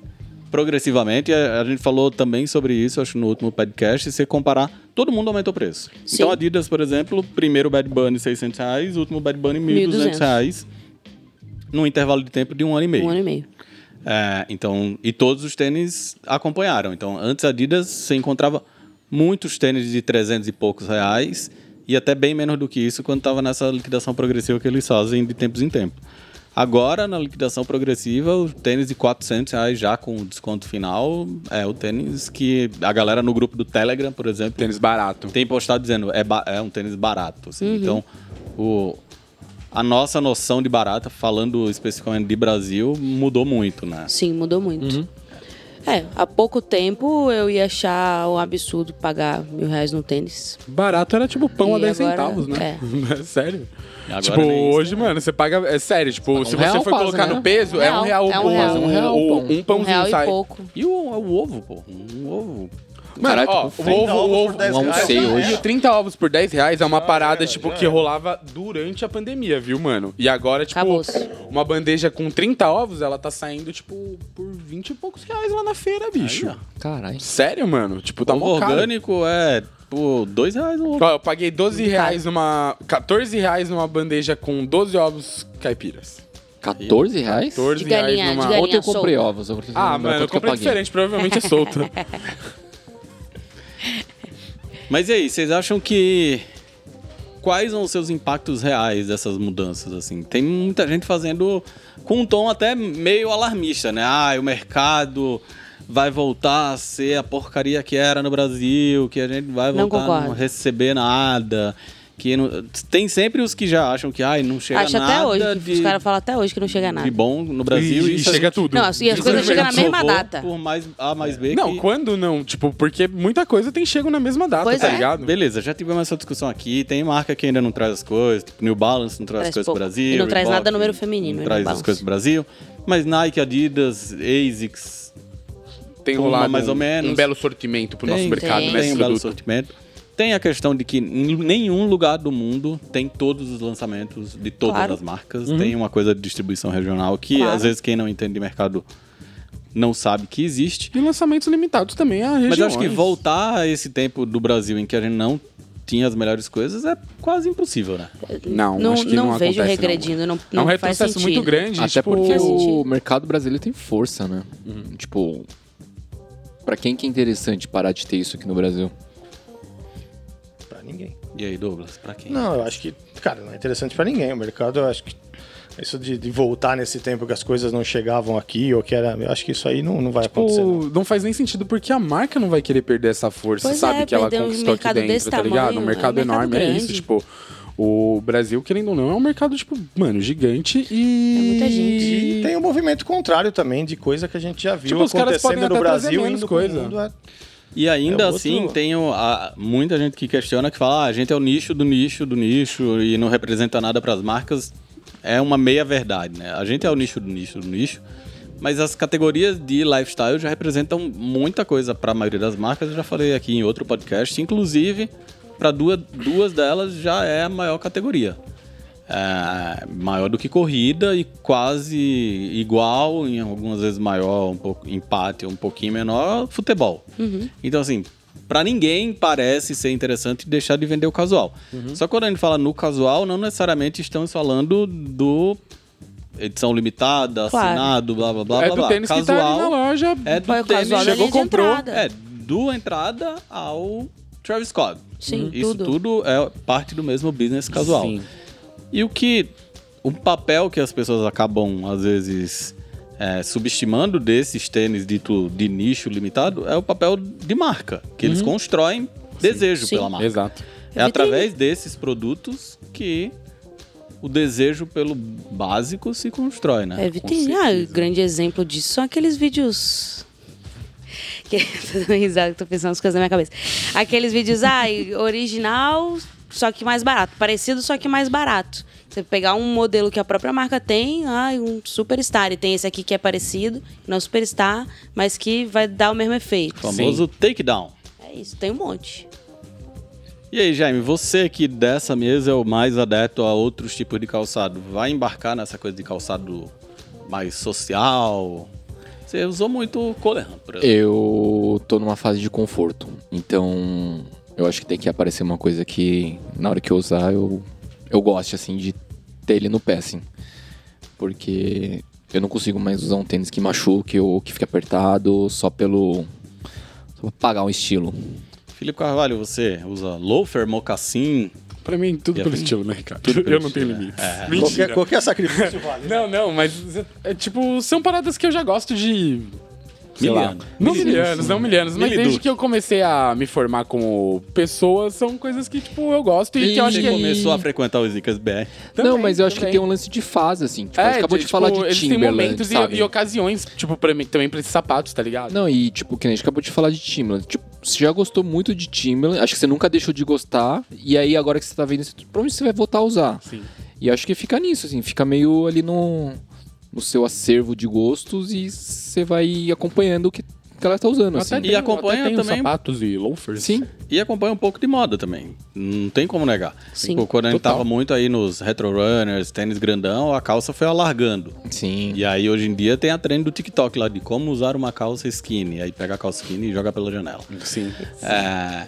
progressivamente. E A a gente falou também sobre isso, acho, no último podcast. Se você comparar, todo mundo aumentou o preço.
Sim.
Então, a Adidas, por exemplo, primeiro Bad Bunny 600 reais, último Bad Bunny 1.200
1.200
reais, num intervalo de tempo de um ano e meio.
Um ano e meio.
É, então, e todos os tênis acompanharam. Então, antes a Adidas você encontrava muitos tênis de 300 e poucos reais e até bem menos do que isso quando estava nessa liquidação progressiva que eles fazem de tempos em tempo. Agora, na liquidação progressiva, o tênis de 400 reais já com desconto final é o tênis que a galera no grupo do Telegram, por exemplo,
Tênis barato.
tem postado dizendo é, ba- é um tênis barato. assim. Então, o, a nossa noção de barata, falando especificamente de Brasil, mudou muito, né?
Sim, mudou muito. É, há pouco tempo eu ia achar um absurdo pagar mil reais no tênis.
Barato era tipo pão
E
a 10
agora-
centavos, né?
é.
sério.
Agora
tipo,
nem isso, um
hoje, mano, você paga. É sério, tipo, se você
real
for
quase,
colocar
né?
no peso, é um real
Real,
o
é um
pão.
real.
um real
Um
o
pão.
pão. Um pãozinho
um real
sai.
e pouco.
E o, é o ovo, pô? Um ovo.
Mano,
Caraca,
ó,
com
o ovo,
30 ovos
o
por
ovo.
10
um
reais
almocei
já
hoje.
E
era.
o 30 ovos por 10 reais
Ah,
é uma
Já
parada,
era,
tipo,
já
que
era.
rolava durante a pandemia, viu, mano? E agora, tipo,
Acabou-se.
uma bandeja com 30 ovos, ela tá saindo, tipo, por 20 e poucos reais lá na feira, bicho.
Aí,
Caralho.
Sério, mano? Tipo, tá
ovo
mó caro.
orgânico é, pô, dois reais um o ovo.
Ó, eu paguei 12 reais numa. 14 reais numa bandeja com 12 ovos caipiras.
14 reais?
14
De galinha,
reais
de
numa.
galinha.
Ontem eu comprei
solta.
ovos. agora eu não
Ah,
lembro
mano, eu
quanto que
comprei
paguei.
diferente, provavelmente é solto.
Mas e aí, vocês acham que. Quais são os seus impactos reais dessas mudanças, assim? Tem muita gente fazendo com um tom até meio alarmista, né? Ah, o mercado vai voltar a ser a porcaria que era no Brasil, que a gente vai
Não
voltar a não
concordo.
receber nada. Que não- Tem sempre os que já acham que ai, não chega
Acho
nada
até hoje. que
de,
Os caras falam até hoje que não chega nada.
de bom no Brasil.
e
isso a
chega
gente-
tudo.
Não, assim, as
isso é
coisas
a
chegam na
gente
mesma
provou
data.
Por mais A mais B
Não,
que-
quando não? Tipo, porque muita coisa tem chego na mesma data,
Pois
tá
é.
ligado?
Beleza, já tivemos essa discussão aqui. Tem marca que ainda não traz as coisas, tipo New Balance não traz,
Traz
as coisas
pouco.
pro Brasil.
E não traz nada número
não
feminino, né, New
traz as
Balance.
coisas pro Brasil. Mas Nike, Adidas, ASICS
Tem
Puma,
rolado
mais ou
um-
menos.
um belo sortimento pro nosso
tem,
mercado,
tem,
né?
tem
esse
um belo
produto.
sortimento. Tem a questão de que em nenhum lugar do mundo tem todos os lançamentos de todas
Claro.
as marcas. Tem uma coisa de distribuição regional que,
Claro.
às vezes, quem não entende de mercado não sabe que existe.
E lançamentos limitados também a regiões.
Mas eu acho que voltar a esse tempo do Brasil em que a gente não tinha as melhores coisas é quase impossível, né?
Não,
Não,
acho que
não,
não,
vejo
acontece,
regredindo, não,
Não.
não,
É um
faz
retrocesso
sentido.
muito grande.
Até
tipo,
porque
Faz
o
sentido.
mercado brasileiro tem força, né? Tipo, pra quem que é interessante parar de ter isso aqui no Brasil?
Pra ninguém.
E aí, Douglas, pra quem?
Não, eu acho que, cara, não é interessante pra ninguém. O mercado, eu acho que. Isso de, de voltar nesse tempo que as coisas não chegavam aqui, ou que era. Eu acho que isso aí não, não vai acontecer. não.
Tipo, não faz nem sentido porque a marca não vai querer perder essa força,
Pois
sabe?
é,
que ela
perder um
conquistou aqui
mercado
dentro,
desse
tá ligado?
tamanho,
Um
é um
mercado
mercado
enorme é isso.
grande.
Tipo, o Brasil, querendo ou não, é um mercado, tipo, mano, gigante e.
É muita gente.
E
tá.
tem um movimento contrário também de coisa que a gente já viu
Tipo, os caras podem
acontecendo no
até trazer
Brasil e
menos
indo
coisa.
pro mundo. é.
E ainda
É outro-
assim, tem o- a- muita gente que questiona que fala: ah, a gente é o nicho do nicho do nicho e não representa nada pras marcas. É uma meia-verdade, né? A gente é o nicho do nicho do nicho. Mas as categorias de lifestyle já representam muita coisa pra maioria das marcas. Eu já falei aqui em outro podcast. Inclusive, para duas, duas delas já é a maior categoria. É, maior do que corrida e quase igual, em algumas vezes maior, um pouco empate, um pouquinho menor, futebol.
Uhum.
Então, assim, pra ninguém parece ser interessante deixar de vender o casual.
Uhum.
Só que quando a gente fala no casual, não necessariamente estamos falando do edição limitada,
Claro.
assinado, blá blá blá
é
blá
do
blá.
tênis que tá ali na loja.
é do
Vai o
tênis,
casual na
chegou,
linha de
comprou.
entrada.
é do entrada ao Travis Scott.
Sim,
Isso
tudo.
tudo é parte do mesmo business casual.
Sim.
E o que. O papel que as pessoas acabam, às vezes, é, subestimando desses tênis dito de nicho limitado é o papel de marca, que eles constroem desejo
Uhum. Sim.
pela marca.
Exato.
É através desses produtos que o desejo pelo básico se constrói, né?
É vitrine. Ah, grande exemplo disso são aqueles vídeos. Que tô dando risada, tô pensando as coisas na minha cabeça. Aqueles vídeos, ai, original, só que mais barato. Parecido, só que mais barato. Você pegar um modelo que a própria marca tem, ai, um superstar. E tem esse aqui que é parecido, não é superstar, mas que vai dar o mesmo efeito.
O famoso takedown.
É isso, tem um monte.
E aí, Jaime, você que dessa mesa é o mais adepto a outros tipos de calçado, vai embarcar nessa coisa de calçado mais social? Você usou muito o Colehan, por exemplo.
Eu tô numa fase de conforto. Então, eu acho que tem que aparecer uma coisa que, na hora que eu usar, eu, eu gosto, assim, de ter ele no pé, assim. Porque eu não consigo mais usar um tênis que machuque ou que fique apertado só pelo. só pra pagar um estilo.
Felipe Carvalho, você usa loafer, mocassim?
Pra mim, tudo
E
pelo
assim,
estilo, né, cara?
tudo pelo
Eu não tenho
estilo,
É.
limites.
Qualquer,
Mentira.
qualquer sacrifício vale.
é Não, não, mas é tipo, são paradas que eu já gosto de sei lá.
Miliano.
Não
Miliano.
milianos, não milianos, mas
Milidu.
desde que eu comecei a me formar como pessoa, são coisas que, tipo, eu gosto e, que eu acho
Você
que...
começou a frequentar os Zicas BR.
não, mas eu acho
também.
que tem um lance de fase, assim. Tipo, a gente
É,
acabou de
tipo,
falar de
eles têm
Timberland,
momentos e,
sabe?
e ocasiões, tipo, pra mim, também pra esses sapatos, tá ligado?
Não, e tipo, que nem a gente acabou de falar de Timberland. Tipo, você já gostou muito de Timberland, acho que você nunca deixou de gostar, e aí agora que você tá vendo isso, pra onde você vai voltar a usar?
Sim.
E acho que fica nisso, assim, fica meio ali no, no seu acervo de gostos e você vai acompanhando o que, que ela tá usando, assim.
E acompanha
até tenho
também-
sapatos e loafers.
Sim,
E acompanha um pouco de moda também. Não tem como negar.
Sim,
Tipo, quando a gente
total.
tava muito aí nos retro runners, tênis grandão, a calça foi alargando.
sim.
E aí hoje em dia tem a trend do TikTok lá de como usar uma calça skinny. Aí pega a calça skinny e joga pela janela.
Sim.
É,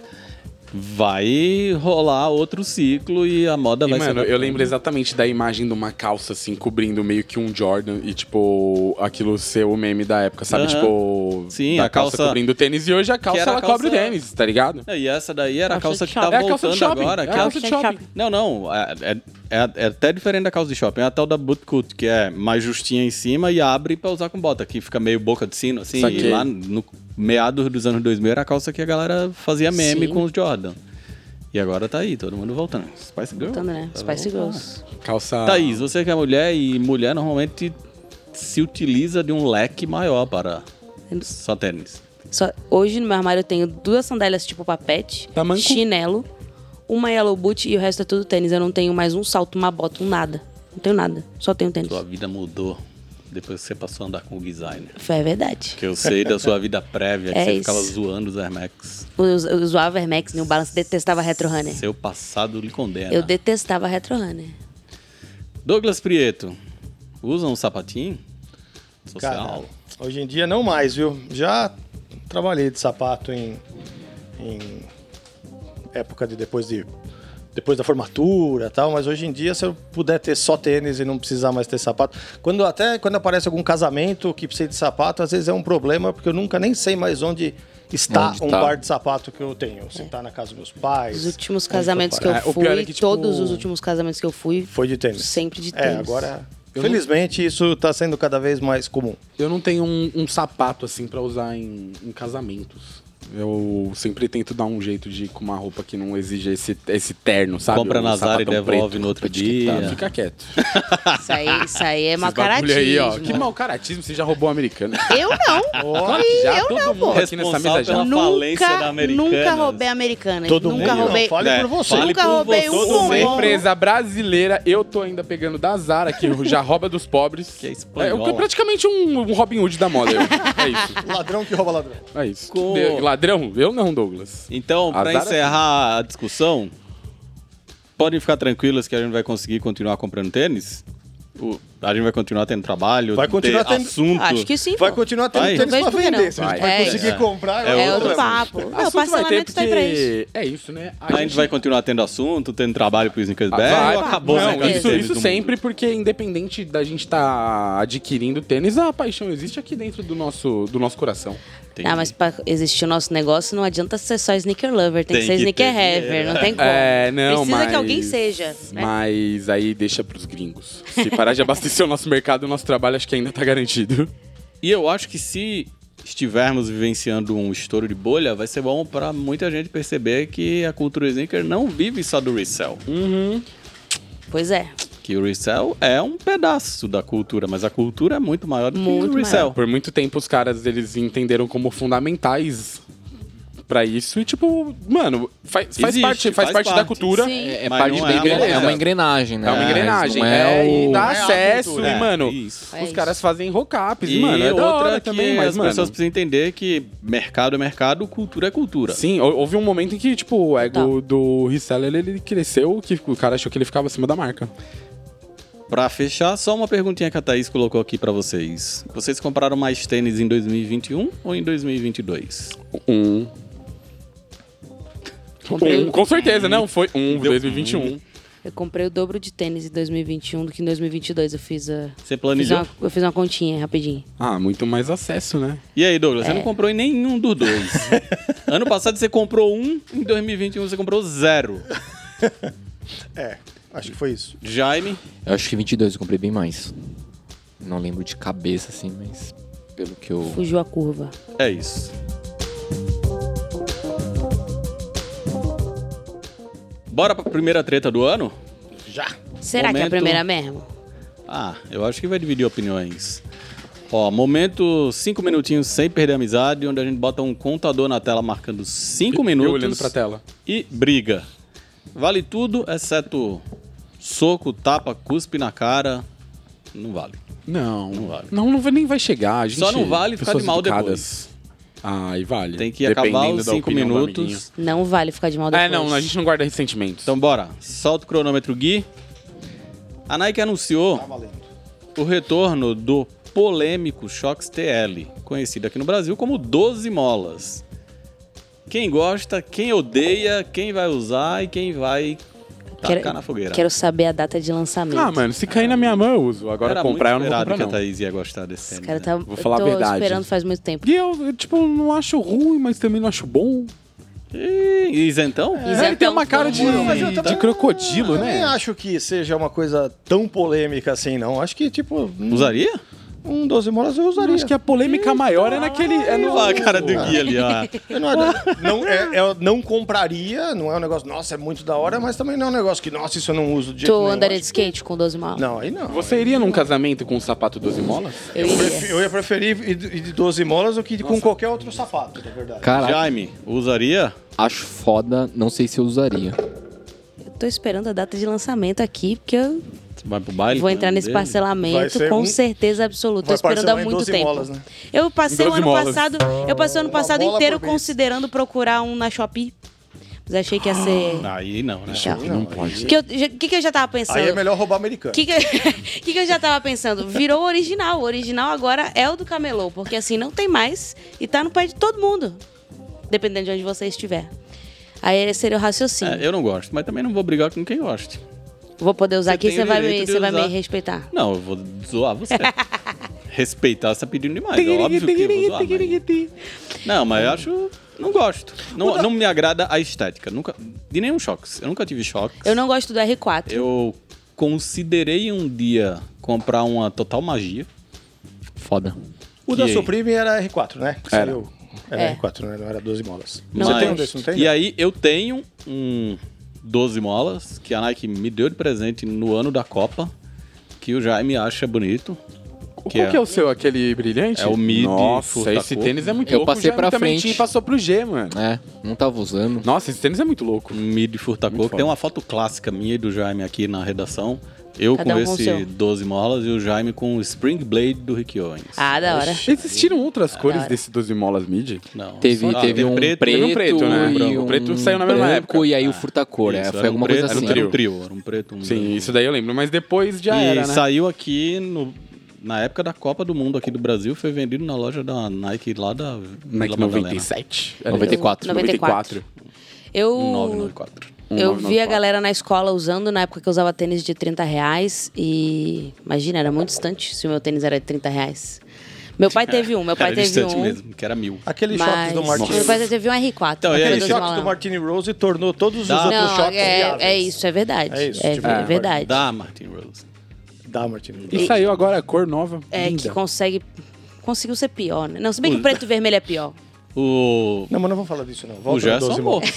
vai rolar outro ciclo e a moda
E,
vai
mano,
ser. né?
eu lembro exatamente da imagem de uma calça, assim, cobrindo meio que um Jordan e, tipo, aquilo ser o meme da época, sabe?
Aham.
Tipo,
Sim,
da
a calça-
cobrindo o tênis e hoje a calça
era a
ela cobre o
calça-
tênis, tá ligado?
É, E essa daí era a calça
Calça de
que tá
shopping.
É a calça de
voltando
shopping.
agora.
é
que
a
é a-
calça de shopping.
Não, não. É, é- é- é até diferente da calça de shopping. É a tal da bootcut, que é mais justinha em cima e abre pra usar com bota, que fica meio boca de sino, assim.
Saquei.
E lá no meados dos anos 2000 era a calça que a galera fazia meme
Sim.
com os Jordan. E agora tá aí, todo mundo voltando. Spice Girl.
Voltando, né?
Tá
Spice
voltando.
Girls.
Calça...
Thaís, você que é mulher e mulher normalmente se utiliza de um leque maior para só tênis.
Só- hoje no meu armário eu tenho duas sandálias tipo papete,
Tá manco?
chinelo, uma yellow boot e o resto é tudo tênis. Eu não tenho mais um salto, uma bota, um nada. Não tenho nada. Só tenho tênis.
Sua vida mudou depois que você passou a andar com o designer.
Foi, é verdade.
Que eu sei da sua vida prévia, que
É
você
isso.
ficava zoando os Air Max.
Eu, eu zoava Air Max, New Balance, detestava Retro Runner.
Seu passado lhe condena.
É. Eu detestava Retro Runner.
Douglas Prieto, usa um sapatinho social?
hoje em dia não mais, viu? Já trabalhei de sapato em, em época de depois de depois da formatura e tal, mas hoje em dia se eu puder ter só tênis e não precisar mais ter sapato, quando até quando aparece algum casamento que precisa de sapato, às vezes é um problema porque eu nunca nem sei mais onde está
Onde
um
tá.
par de sapato que eu tenho, se está na casa dos meus pais.
É. Os últimos
onde
casamentos que eu
É, o
fui,
pior é que, tipo,
todos os últimos casamentos que eu fui,
foi de tênis.
sempre de
É,
tênis.
agora felizmente isso está sendo cada vez mais comum.
Eu não tenho um, um sapato assim pra usar em, em casamentos. Eu sempre tento dar um jeito de ir com uma roupa que não exige esse, esse terno, sabe?
Compra
Um
na Zara e
sapatão
devolve
preto,
no outro
roupa etiquetada.
dia.
Fica quieto.
Isso aí, isso aí é mau
Esses bagulho
caratismo.
aí, ó. Que mau caratismo, você já roubou o americano.
Eu não.
Claro que já, todo mundo aqui
Responsável
nessa mesa já.
pela falência da
Nunca,
Americanas.
nunca roubei Americanas.
Todo
nunca
mundo.
roubei.
Fale
É,
por você.
fale
Nunca
por
roubei um
você.
bom.
Uma
Bom.
empresa brasileira, eu tô ainda pegando da Zara, que já rouba dos pobres.
Que é espanhola.
É, eu- praticamente um, um Robin Hood da moda. Eu. É isso.
Ladrão que rouba ladrão.
É isso.
Com-
De- ladrão? Eu não, Douglas.
Então, para
Azar é
encerrar a discussão, podem ficar tranquilos que a gente vai conseguir continuar comprando tênis? O- a gente vai continuar tendo trabalho,
Vai continuar
ter
tendo-
assunto.
Acho que sim.
Vai
pô.
continuar tendo
Vai.
tênis
Não
pra
vejo por que não.
vender. Se a gente
Vai.
vai conseguir
É.
comprar,
É
É
outra.
outro papo. Não,
Assunto
o parcelamento tá aí pra isso.
É isso, né?
A gente vai continuar tendo assunto, tendo trabalho pro Snickers Bear, ou acabou
Não,
né, com os
Ah, isso,
tênis
isso
do
sempre, porque independente da gente estar adquirindo tênis, a paixão existe aqui dentro do nosso, do nosso coração.
mundo. Entendi.
Ah, mas pra existir o nosso negócio, não adianta ser só sneaker lover. Tem,
Tem
que ser
que
sneaker
ter.
heaver. Não tem como.
É, não,
Precisa
mas...
que alguém seja. Né?
Mas aí deixa pros gringos. Se parar de abastecer o nosso mercado, o nosso trabalho acho que ainda tá garantido.
E eu acho que se estivermos vivenciando um estouro de bolha, vai ser bom pra muita gente perceber que a cultura sneaker não vive só do resell.
Hum. Pois é.
Que o resell é um pedaço da cultura, mas a cultura é muito maior do
Muito
que o
maior.
resell.
Por muito tempo os caras eles entenderam como fundamentais pra isso e tipo, mano, faz, faz
Existe,
parte, faz,
faz
parte, da
parte.
cultura.
Sim.
É, é
Mas
parte
não
da
é a
engrenagem, é
beleza.
uma engrenagem, né?
É uma
Mas
engrenagem.
Não
é,
é,
e
o...
dá
é a
acesso,
cultura.
e, mano,
isso.
É
os
isso.
caras fazem rock-ups,
E
e, mano, é da
outra
hora
que
também, mas,
as
mano...
pessoas precisam entender que mercado é mercado, cultura é cultura.
Sim, hou- houve um momento em que, tipo, o ego
Total.
do reseller, ele- ele cresceu, que o cara achou que ele ficava acima da marca.
Pra fechar, só uma perguntinha que a Thaís colocou aqui pra vocês. Vocês compraram mais tênis em 2021 ou em 2022?
Um.
Comprei.
Um, com certeza, não. Foi um, 2021.
Eu comprei o dobro de tênis em 2021 do que em 2022. Eu fiz a.
Você
Fiz
planejou?
uma, eu fiz uma continha rapidinho.
Ah, muito mais acesso, né?
E aí, Douglas, você não comprou em nenhum dos dois. ano passado você comprou um, em 2021 você comprou zero.
É, acho que foi isso.
Jaime,
Eu acho que 22 eu comprei bem mais. Não lembro de cabeça, assim, mas... pelo que eu.
Fugiu a curva.
É isso. Bora pra primeira treta do ano?
Será que é a
Momento-
primeira mesmo?
Ah, eu acho que vai dividir opiniões. Ó, momento 5 minutinhos sem perder a amizade, onde a gente bota um contador na tela marcando 5 minutos
Eu olhando pra tela.
e briga. Vale tudo, exceto soco, tapa, cuspe na cara. Não vale.
Não,
Não
não
vale.
vale. Não, não vai- nem vai chegar. A gente,
Só não vale ficar de
pessoas
mal
educadas. Ah, e vale.
Tem que acabar
Dependendo
os
da
5
opinião do
minutos.
Não vale ficar de mal
amiguinho.
depois.
É, não, a gente não guarda ressentimentos.
Então bora, solta o cronômetro Gui. A Nike anunciou o retorno do polêmico Shox TL, conhecido aqui no Brasil como 12 molas. Quem gosta, quem odeia, quem vai usar e quem vai tacar
Quero-
na fogueira.
Quero saber a data de lançamento.
ah, mano, se cair na minha mão, eu uso. Agora
Era
comprar, eu
É. muito
não vou
esperado
comprar,
que tá
não.
a Thaís ia gostar desse
Esse
tênis,
cara
né?
tá.
Vou falar a
eu tô
verdade.
esperando faz muito tempo.
E eu, eu, tipo, não acho ruim, mas também não acho bom.
tá-
Ih, isentão?
Isentão,
É, ele tem uma cara de,
Não, um mas eu
de
também-
crocodilo,
Eu nem
né?
acho que seja uma coisa tão polêmica assim, não. Acho que, tipo, um-
Usaria?
um 12 molas eu usaria.
Acho que a polêmica maior é naquele. É no...
Olha a cara do Gui ali, ó.
Eu não, não, é, eu não compraria, não é um negócio, nossa, é muito da hora, mas também não é um negócio que, nossa, isso eu não uso de jeito
Tu
nenhum.
andaria
Acho
de skate com 12 mal?
que- Não, aí não.
Você iria num casamento com um sapato 12 molas?
Eu
Eu,
iria.
prefiro- eu ia preferir ir de ir de 12 molas do que ir com qualquer outro sapato, na verdade.
Cara,
Jaime, usaria?
acho foda, não sei se eu usaria.
Eu tô esperando a data de lançamento aqui, porque eu
Vai pro baile?
vou
né,
entrar nesse
dele?
Vai
parcelamento
ser
com
um-
certeza absoluta. Tô
Vai
esperando há
parcelar em
muito
12
tempo.
molas, né?
Eu passei o
12
ano
molas.
passado, eu passei o ano
Uma
passado
bola
inteiro
por mês.
considerando procurar um na Shopee. Mas achei que ia ser.
Aí não, né?
Tchau.
Não,
pode.
Que eu- O que, que eu já tava pensando?
Aí é melhor roubar americano.
O que, que, eu- que que eu já tava pensando? Virou original. O original agora é o do camelô, porque assim não tem mais e tá no pé de todo mundo, dependendo de onde você estiver. Aí esse seria o raciocínio.
É, eu não gosto, mas também não vou brigar com quem goste.
Vou poder usar
Você
aqui,
tem
você
o
vai,
direito
me,
de
você vai me
usar.
respeitar.
Não, eu vou zoar você. Respeitar, você tá pedindo demais. É óbvio que eu vou zoar, mas... Não, mas eu acho... Não gosto. Não, não me agrada a estética. Nunca, de nenhum choque. Eu nunca tive choques.
Eu não gosto do R4.
Eu considerei um dia comprar uma Total Magia.
Foda.
O
E
da
aí?
Supreme era R4, né? Que
Era.
saiu. Era
É.
R4, né? Não era 12 molas.
Não é.
Você tem um
gosto.
desse, não tem?
E aí eu tenho um 12 molas que a Nike me deu de presente no ano da Copa, que o Jaime acha bonito.
Qual
Que é?
que é o seu, aquele brilhante?
É o mid,
Nossa,
furtacô.
esse tênis é muito
Eu
louco.
passei
já
pra
também
frente.
tinha e passou pro G, mano.
É, não tava usando.
Nossa, esse tênis é muito louco.
Um mid furtacô,
Muito
que tem
foda.
uma foto clássica minha e do Jaime aqui na redação. Eu
Cada
com
um com o
esse
seu.
12 molas e o Jaime com o Spring Blade do Rick Owens.
Ah, da hora.
Existiram outras cores
hora.
desse 12 molas mid?
Não.
Teve,
só-
teve,
Ah,
um preto,
Teve um preto, né?
e
O
um
preto saiu na mesma
branco,
época.
E aí o furtacor, é,
Isso,
foi
era um
alguma
preto,
coisa assim.
Era um trio, era um preto, um
Sim,
branco.
isso daí eu lembro, mas depois já
e
era, né?
saiu aqui no- na época da Copa do Mundo aqui do Brasil, foi vendido na loja da Nike lá da
Nike
Vila Madalena.
97.
94.
94. Eu,
994.
eu vi a
1994.
galera na escola usando, na época que eu usava tênis de 30 reais. E imagina, era muito distante se o meu tênis era de 30 reais. Meu pai teve um, meu pai
Era
teve
distante
um.
mesmo, que era mil.
Aquele
Mas
choque do Martini
meu pai
Rose.
teve um R4.
Então, e
aquele
aí,
Aquele
dos
você-
choque
malandros.
do Martini Rose tornou todos os
Ah,
Dá.
outros
Não,
choques
é,
viáveis.
é isso, é verdade.
É
É,
isso, tipo,
é verdade.
Da Martin Rose.
Dá, Martini Rose.
E saiu agora a cor nova.
É,
linda.
que consegue. Conseguiu ser pior, né? Não, se bem que o preto e vermelho é pior.
O.
Não, mas não vamos falar disso, não.
O
Volta no
Gerson é
12
amor.
molas.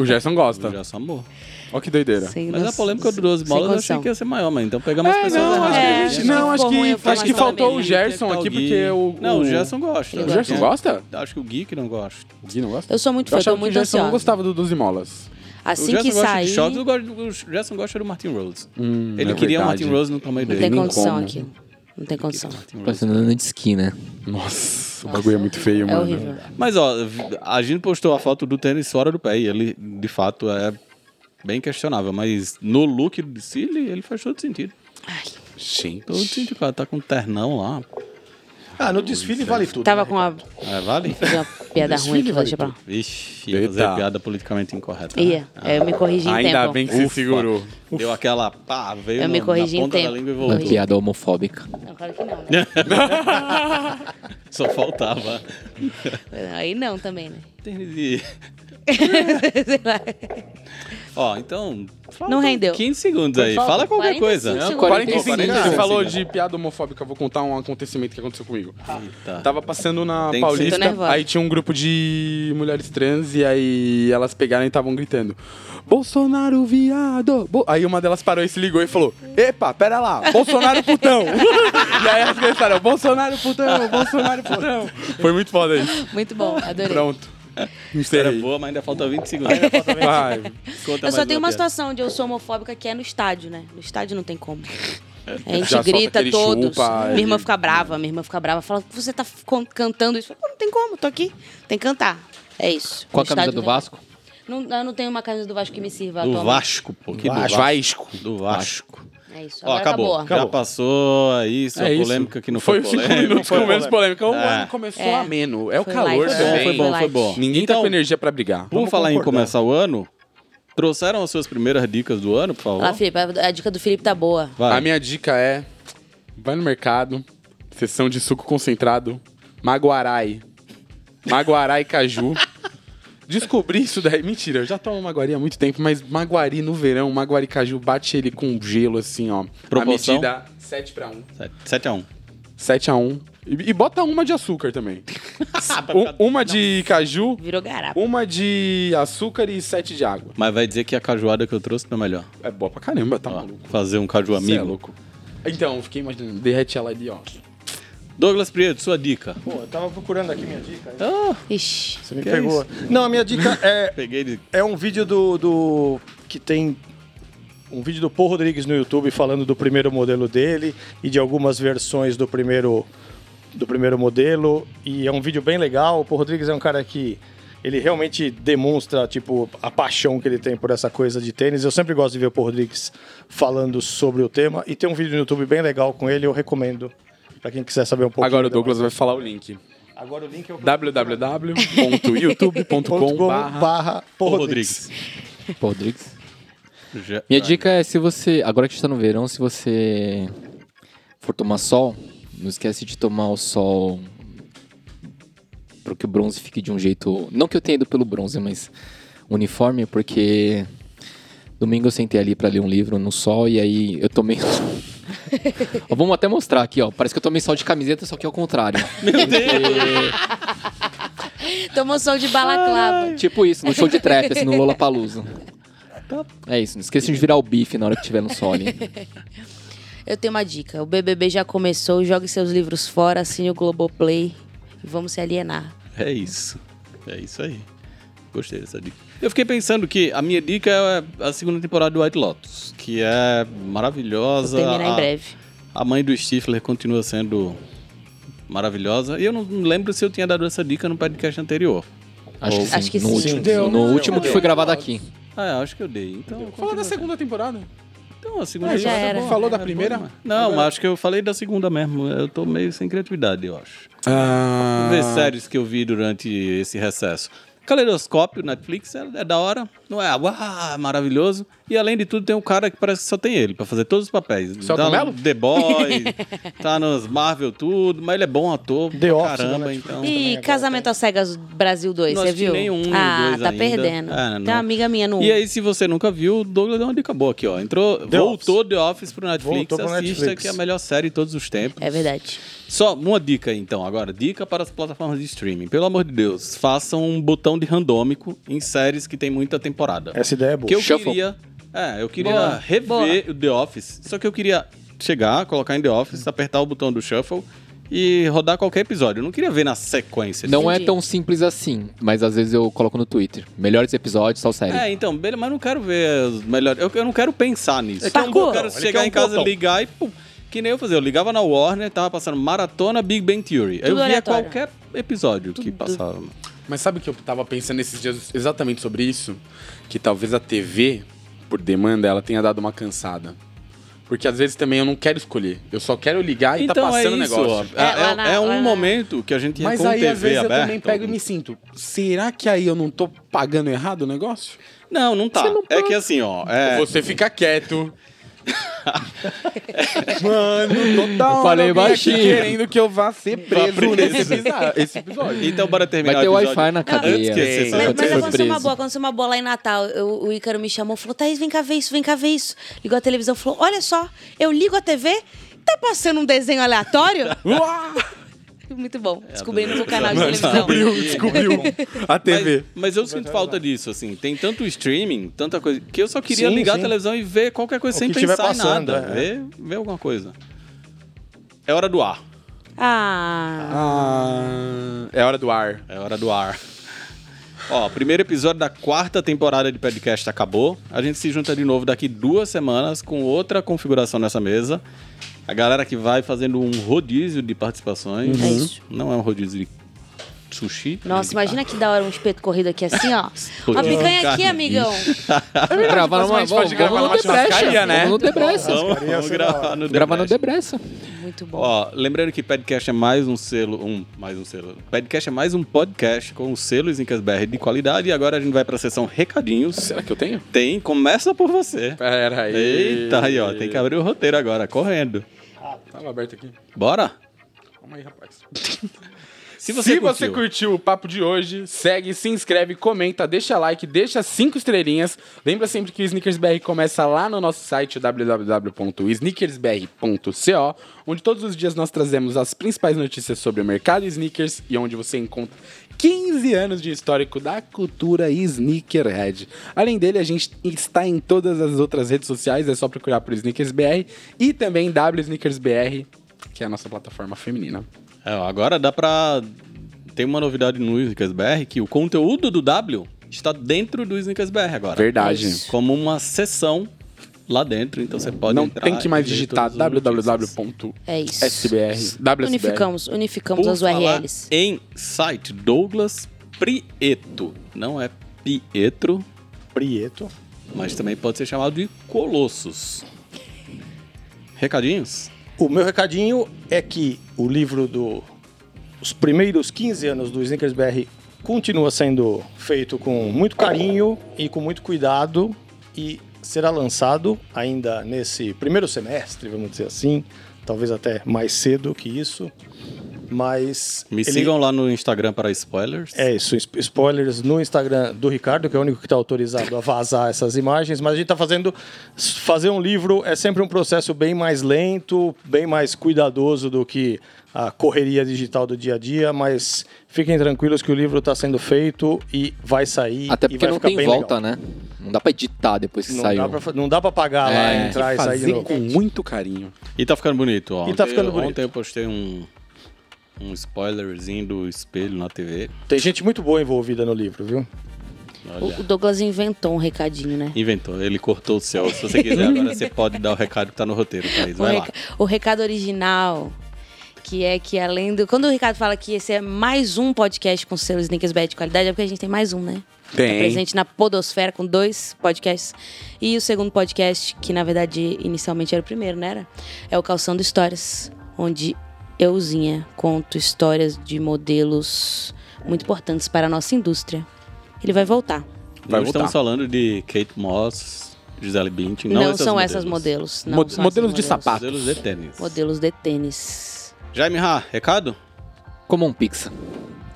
O Gerson
O
gosta.
Gerson amor.
Olha que doideira.
Sem
Mas a
noção,
polêmica é do 12
sem
bolas eu
condição.
achei que ia ser maior, mas então pegamos as pessoas
É, não, acho que
erradas.
a gente- não, acho
ficou
que-
ruim a
acho que
Tinha
informação
faltou
também,
o
Tinha
né?
que
Gerson
estar
aqui,
Gui.
porque o-
Não,
o-
o Gerson gosta.
Ele
O Gerson gosta?
Acho que o Gui que não gosta.
O Gui não gosta?
Eu sou muito
Eu
fã, tô
achava que o
muito
Gerson não
ansiosa.
gostava do 12 molas.
o
Assim
Gerson
que
gosta de
sair,
shorts, eu gosto- o Gerson gosta do Martin Rose.
Hum,
Ele
é
queria o
verdade.
Martin Rose no tamanho
não
dele.
tem
não
condição
como.
né?
aquilo. Não tem condição. É
Martin Rose.
Parecendo andando de esqui, né?
Nossa, o bagulho é muito feio,
É
mano.
horrível.
Mas ó, a gente postou a foto do tênis fora do pé e ele, de fato, é bem questionável. Mas no look de Silly, ele faz todo sentido. Todo
Gente.
sentido, cara. Tá com um ternão lá.
Ah, no desfile vale tudo.
Tava
né?
com uma,
É, vale?
uma piada ruim aqui, deixa
então.
pra lá.
Vixe, ia fazer
Eita.
piada politicamente incorreta. né?
Ia, eu me corrigi em
Ainda
tempo.
bem que
Ufa.
você segurou.
Deu aquela pá, veio
Eu
no-
me
na
corrigi em
ponta da
tempo.
língua e
Uma
voltou.
piada homofóbica.
Não, claro que não, né?
Só faltava.
Aí não também, né?
Tênis de...
Sei lá.
Ó, então.
Não rendeu.
15 segundos aí.
Falta
Fala qualquer
45
coisa. né? É
segundos.
Não, 45
45 segundos. Você
segundos.
falou de piada homofóbica, vou contar um acontecimento que aconteceu comigo.
Eita.
Tava passando na
Tem que ser.
Paulista,
Tô nervosa.
aí tinha um grupo de mulheres trans e aí elas pegaram e estavam gritando: Bolsonaro viado! Bo-" Aí uma delas parou e se ligou e falou: Epa, pera lá, Bolsonaro putão! e aí elas gritaram: Bolsonaro putão, Bolsonaro putão! Foi muito foda isso.
Muito bom, adorei.
Pronto.
Era
Encerrei.
boa, mas ainda falta 20 segundos.
Vai.
Conta
Tá
Eu só
mais
tenho uma
piada.
situação onde eu sou homofóbica que é no estádio, né? No estádio não tem como. A gente
É, solta
grita
aquele
todos.
chupa,
minha irmã
ele-
fica brava, minha irmã fica brava. Fala, você tá con- cantando isso? Eu falo, "Pô, não tem como, tô aqui. Tem que cantar. É isso.
Qual a
No
camisa
estádio
do
não-
Vasco?
Não, eu não tenho uma camisa do Vasco que me sirva
Do
atualmente.
Vasco, pô. Que do
Vasco.
Vasco.
Vasco.
Do Vasco.
É isso.
Ó,
Agora
acabou.
acabou.
Já passou aí sua
É isso.
polêmica que não É foi,
Foi os
polêmica.
cinco minutos
Foi
com menos polêmica. O
É.
ano começou
É.
ameno. É o
Foi
calor
light.
Foi
também.
bom, foi bom, foi bom.
Ninguém tá
Então,
com energia pra brigar.
Vamos
Vamos
falar em
concordar.
começar o ano? Trouxeram as suas primeiras dicas do ano, por favor?
Lá, Felipe, a a dica do Felipe tá boa.
Vai.
A minha dica é: vai no mercado, sessão de suco concentrado, maguarai. Maguarai caju. Descobri isso daí. Mentira, eu já tomo maguari há muito tempo, mas maguari no verão, maguari caju, bate ele com gelo assim, ó.
Proporção?
A medida 7 pra 1.
7 a 1.
7 a 1. E, e bota uma de açúcar também. Um- uma de caju,
Virou garapa.
uma de açúcar e 7 de água.
Mas vai dizer que a cajuada que eu trouxe não é melhor.
É boa pra caramba, tá
Ó,
maluco.
fazer um caju
Cê é
amigo.
louco. Então, fiquei imaginando, derrete ela ali, ó.
Douglas Prieto, sua dica.
Pô, eu tava procurando aqui minha dica.
Ixi.
Você me
Que
pegou. Não, a minha dica é,
Peguei de...
é um vídeo do, do. que tem. Um vídeo do Paul Rodrigues no YouTube falando do primeiro modelo dele e de algumas versões do primeiro do primeiro modelo. E é um vídeo bem legal. O Paul Rodrigues é um cara que ele realmente demonstra, tipo, a paixão que ele tem por essa coisa de tênis. Eu sempre gosto de ver o Paul Rodrigues falando sobre o tema. E tem um vídeo no YouTube bem legal com ele, eu recomendo. Pra quem quiser saber um pouco.
Agora o Douglas vai falar o link.
Agora o link é o
www.youtube.com.br
barra Paul
Ô,
Rodrigues.
Rodrigues.
Pô, Rodrigues.
Já-
Minha dica é se você, agora que está no verão, se você for tomar sol, não esquece de tomar o sol para que o bronze fique de um jeito, não que eu tenha ido pelo bronze, mas uniforme, porque domingo eu sentei ali para ler um livro no sol e aí eu tomei Ó, Vamos até mostrar aqui, ó. Parece que eu tomei sol de camiseta, só que é ao contrário.
Meu Deus!
Tomou sol de balaclava.
tipo isso, no show de trap, assim, no Lollapalooza. É isso, não esqueçam de virar o bife na hora que tiver no sol ali.
Eu tenho uma dica. O BBB já começou. Jogue seus livros fora, assine o Globoplay e vamos se alienar.
É isso. É isso aí. Gostei dessa dica. Eu fiquei pensando que a minha dica é a segunda temporada do White Lotus, que é
Vou
maravilhosa.
terminar
a,
em breve.
A mãe do Stifler continua sendo maravilhosa. E eu não lembro se eu tinha dado essa dica no podcast anterior.
Acho que sim.
Acho que
no
sim.
último,
Sim, deu,
no
deu,
último que
deu.
foi gravado aqui.
Ah, acho que eu dei. Então,
Fala da segunda temporada.
Então, a segunda
Ah, já
temporada é
era.
boa.
Falou da
É
primeira?
boa, mas- Não, mas acho que eu falei da segunda mesmo. Eu tô meio sem criatividade, eu acho.
Ah,
ver séries que eu vi durante esse recesso. Caleidoscópio, Netflix, é, é da hora, não é? Uau, maravilhoso. E além de tudo, tem um cara que parece que só tem ele pra fazer todos os papéis. Tá
Celton
no
Mello?
The Boy, tá nos Marvel, tudo, mas ele é bom ator.
The
pra
Office,
caramba,
né?
então.
também
E
agora
Casamento às Cegas Brasil 2,
Não
você
assisti
viu?
nem um, nem
ah,
dois
tá
ainda.
perdendo.
É, não.
Tem uma amiga minha no. um.
E aí, se você nunca viu, o Douglas é deu uma dica boa aqui, ó. Entrou,
The
voltou The Office pro Netflix,
Voltou pro
assista
Netflix.
que é a melhor série de todos os tempos.
É verdade.
Só uma dica então, agora. Dica para as plataformas de streaming. Pelo amor de Deus, façam um botão de randômico em séries que tem muita temporada.
Essa ideia é boa.
que eu
Shuffle.
queria. É, eu queria
Boa.
rever o The Office. Só que eu queria chegar, colocar em The Office, apertar o botão do shuffle e rodar qualquer episódio. Eu não queria ver na sequência.
Não é
Entendi.
tão simples assim, mas às vezes eu coloco no Twitter. Melhores episódios, tal série.
É, então, beleza, mas eu não quero ver os melhores. Eu, eu não quero pensar nisso.
Ele quer um
eu
botão,
quero
ele
chegar
quer um
em casa,
botão.
ligar e. pum, que nem eu fazia. Eu ligava na Warner, tava passando maratona Big Bang Theory. eu
Tudo
via
aleatório.
qualquer episódio que passava.
Mas sabe o que eu tava pensando esses dias exatamente sobre isso? Que talvez a TV, por demanda, ela tenha dado uma cansada. Porque às vezes também eu não quero escolher. Eu só quero ligar e tá passando o negócio.
ó. É,
É, lá
é-
na-
é um
lá na-
momento que a gente
Mas
com
aí
TV
às vezes
aberta,
eu também pego e me sinto. Será que aí eu não tô pagando errado o negócio?
Não, não tá.
Você não
é
paga.
que assim, ó. é-
Você fica quieto. Mano, total.
Eu falei baixinho.
Querendo que eu vá ser preso
preso.
nesse episódio. Esse episódio.
Então, bora terminar
Vai ter
o episódio.
Wi-Fi na
Antes
cadeia.
que esse episódio seja
Mas, mas
foi
aconteceu uma
preso.
boa, aconteceu uma boa lá em Natal. Eu- o Ícaro me chamou, falou, Thaís, vem cá ver isso, vem cá ver isso. Ligou a televisão, falou, olha só, eu ligo a TV, tá passando um desenho aleatório?
Uá!
Muito bom, descobri no meu
É, adorei.
canal de
Não,
televisão.
descobri.
descobriu a
Mas, mas eu sinto falta disso, assim. Tem tanto streaming, tanta coisa, que eu só queria
Sim,
ligar
sim.
a televisão e ver qualquer coisa
O
sem
que tiver
pensar
passando,
em nada.
é.
Ver, ver alguma coisa. É hora do ar.
Ah,
Ah, é hora do ar.
É hora do ar. Ó, primeiro episódio da quarta temporada de podcast acabou. A gente se junta de novo daqui duas semanas com outra configuração nessa mesa. A galera que vai fazendo um rodízio de participações.
É isso.
Não é um rodízio de sushi.
nossa, imagina que da hora um espeto corrido aqui assim, ó. Uma
Rodízio de
picanha aqui,
carne.
amigão.
Gravar
Mas a
numa
gente pode
vamos-
gravar
Tá vamos
numa
no
churrascaria,
Debrecha,
né?
Vamos no Debrecha.
Vamos,
Cara, ia
vamos
ser da hora.
gravar no
Gravar no
Debrecht.
Debrecha.
Muito bom.
Ó, lembrando que podcast é mais um selo, um, mais um selo. Podcast é mais um podcast com o selo Zincas BR de qualidade. E agora a gente vai para a sessão recadinhos.
Será que eu tenho?
Tem, começa por você.
Pera aí.
Eita, aí ó, tem que abrir o roteiro agora, correndo.
Tava aberto aqui.
Bora?
Calma aí, rapaz.
Se você curtiu,
curtiu o papo de hoje, segue, se inscreve, comenta, deixa like, deixa cinco estrelinhas. Lembra sempre que o Sneakers BR começa lá no nosso site www.sneakersbr.co, onde todos os dias nós trazemos as principais notícias sobre o mercado sneakers e onde você encontra 15 anos de histórico da cultura sneakerhead. Além dele, a gente está em todas as outras redes sociais, é só procurar por Sneakers BR e também WSneakersBR, que é a nossa plataforma feminina.
É, ó, agora dá pra... Tem uma novidade no Zincas BR que o conteúdo do W está dentro do Zincas BR agora.
Verdade.
Isso.
Como uma sessão lá dentro, então você pode
não
entrar
tem que mais
e ver
digitar
todas as notícias.
www.sbr.
É isso.
WSBR.
Unificamos, unificamos as
falar
URLs.
Em site Douglas Prieto. Não é Pietro,
Prieto.
mas também pode ser chamado de Colossos. Recadinhos?
O meu recadinho é que o livro do os primeiros 15 anos do Snickers BR continua sendo feito com muito carinho e com muito cuidado e será lançado ainda nesse primeiro semestre, vamos dizer assim, talvez até mais cedo que isso, mas
Me
ele-
sigam lá no Instagram para spoilers.
é isso, sp- spoilers no Instagram do Ricardo, que é o único que está autorizado a vazar essas imagens, mas a gente está fazendo. s- Fazer um livro é sempre um processo bem mais lento, bem mais cuidadoso do que a correria digital do dia a dia, mas fiquem tranquilos que o livro está sendo feito e vai sair.
Até
e
porque
vai
não
ficar
tem
bem
volta,
legal.
né? Não dá pra editar depois que
Não
saiu.
dá, pra, fa- não dá pra pagar lá,
É,
entrar e sair de
Fazer
novo.
com muito carinho.
E tá ficando bonito, ó.
E tá
Ontem-
ficando bonito.
Ontem eu postei um, um spoilerzinho do espelho na TV.
Tem gente muito boa envolvida no livro, viu?
O, o
Olha.
Douglas inventou um recadinho, né?
Inventou, ele cortou o céu. Se você quiser, agora você pode dar o recado que tá no roteiro, Thaís.
O,
Vai lá.
Um reca- o recado original, que é que além do. Quando o Ricardo fala que esse é mais um podcast com selo Sneakers Bad de qualidade, é porque a gente tem mais um, né? Tá presente na Podosfera com dois podcasts. E o segundo podcast, que na verdade inicialmente era o primeiro, não era? É o Calçando Histórias, onde euzinha conto histórias de modelos muito importantes para a nossa indústria. Ele vai voltar.
Não
Vai
estamos
voltar.
falando de Kate Moss, Gisele Bündchen.
Não,
Não,
são essas modelos. não
Mod-
são
modelos de
essas
sapato.
Modelos de tênis.
Modelos de tênis.
Jaime Ra, recado?
Como um pizza.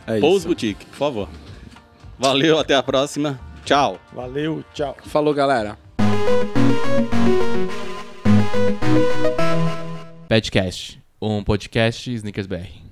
É isso.
Pose Boutique, por favor. Valeu, até a próxima. Tchau.
Valeu, tchau.
Falou, galera.
Badcast, um podcast Snickers BR.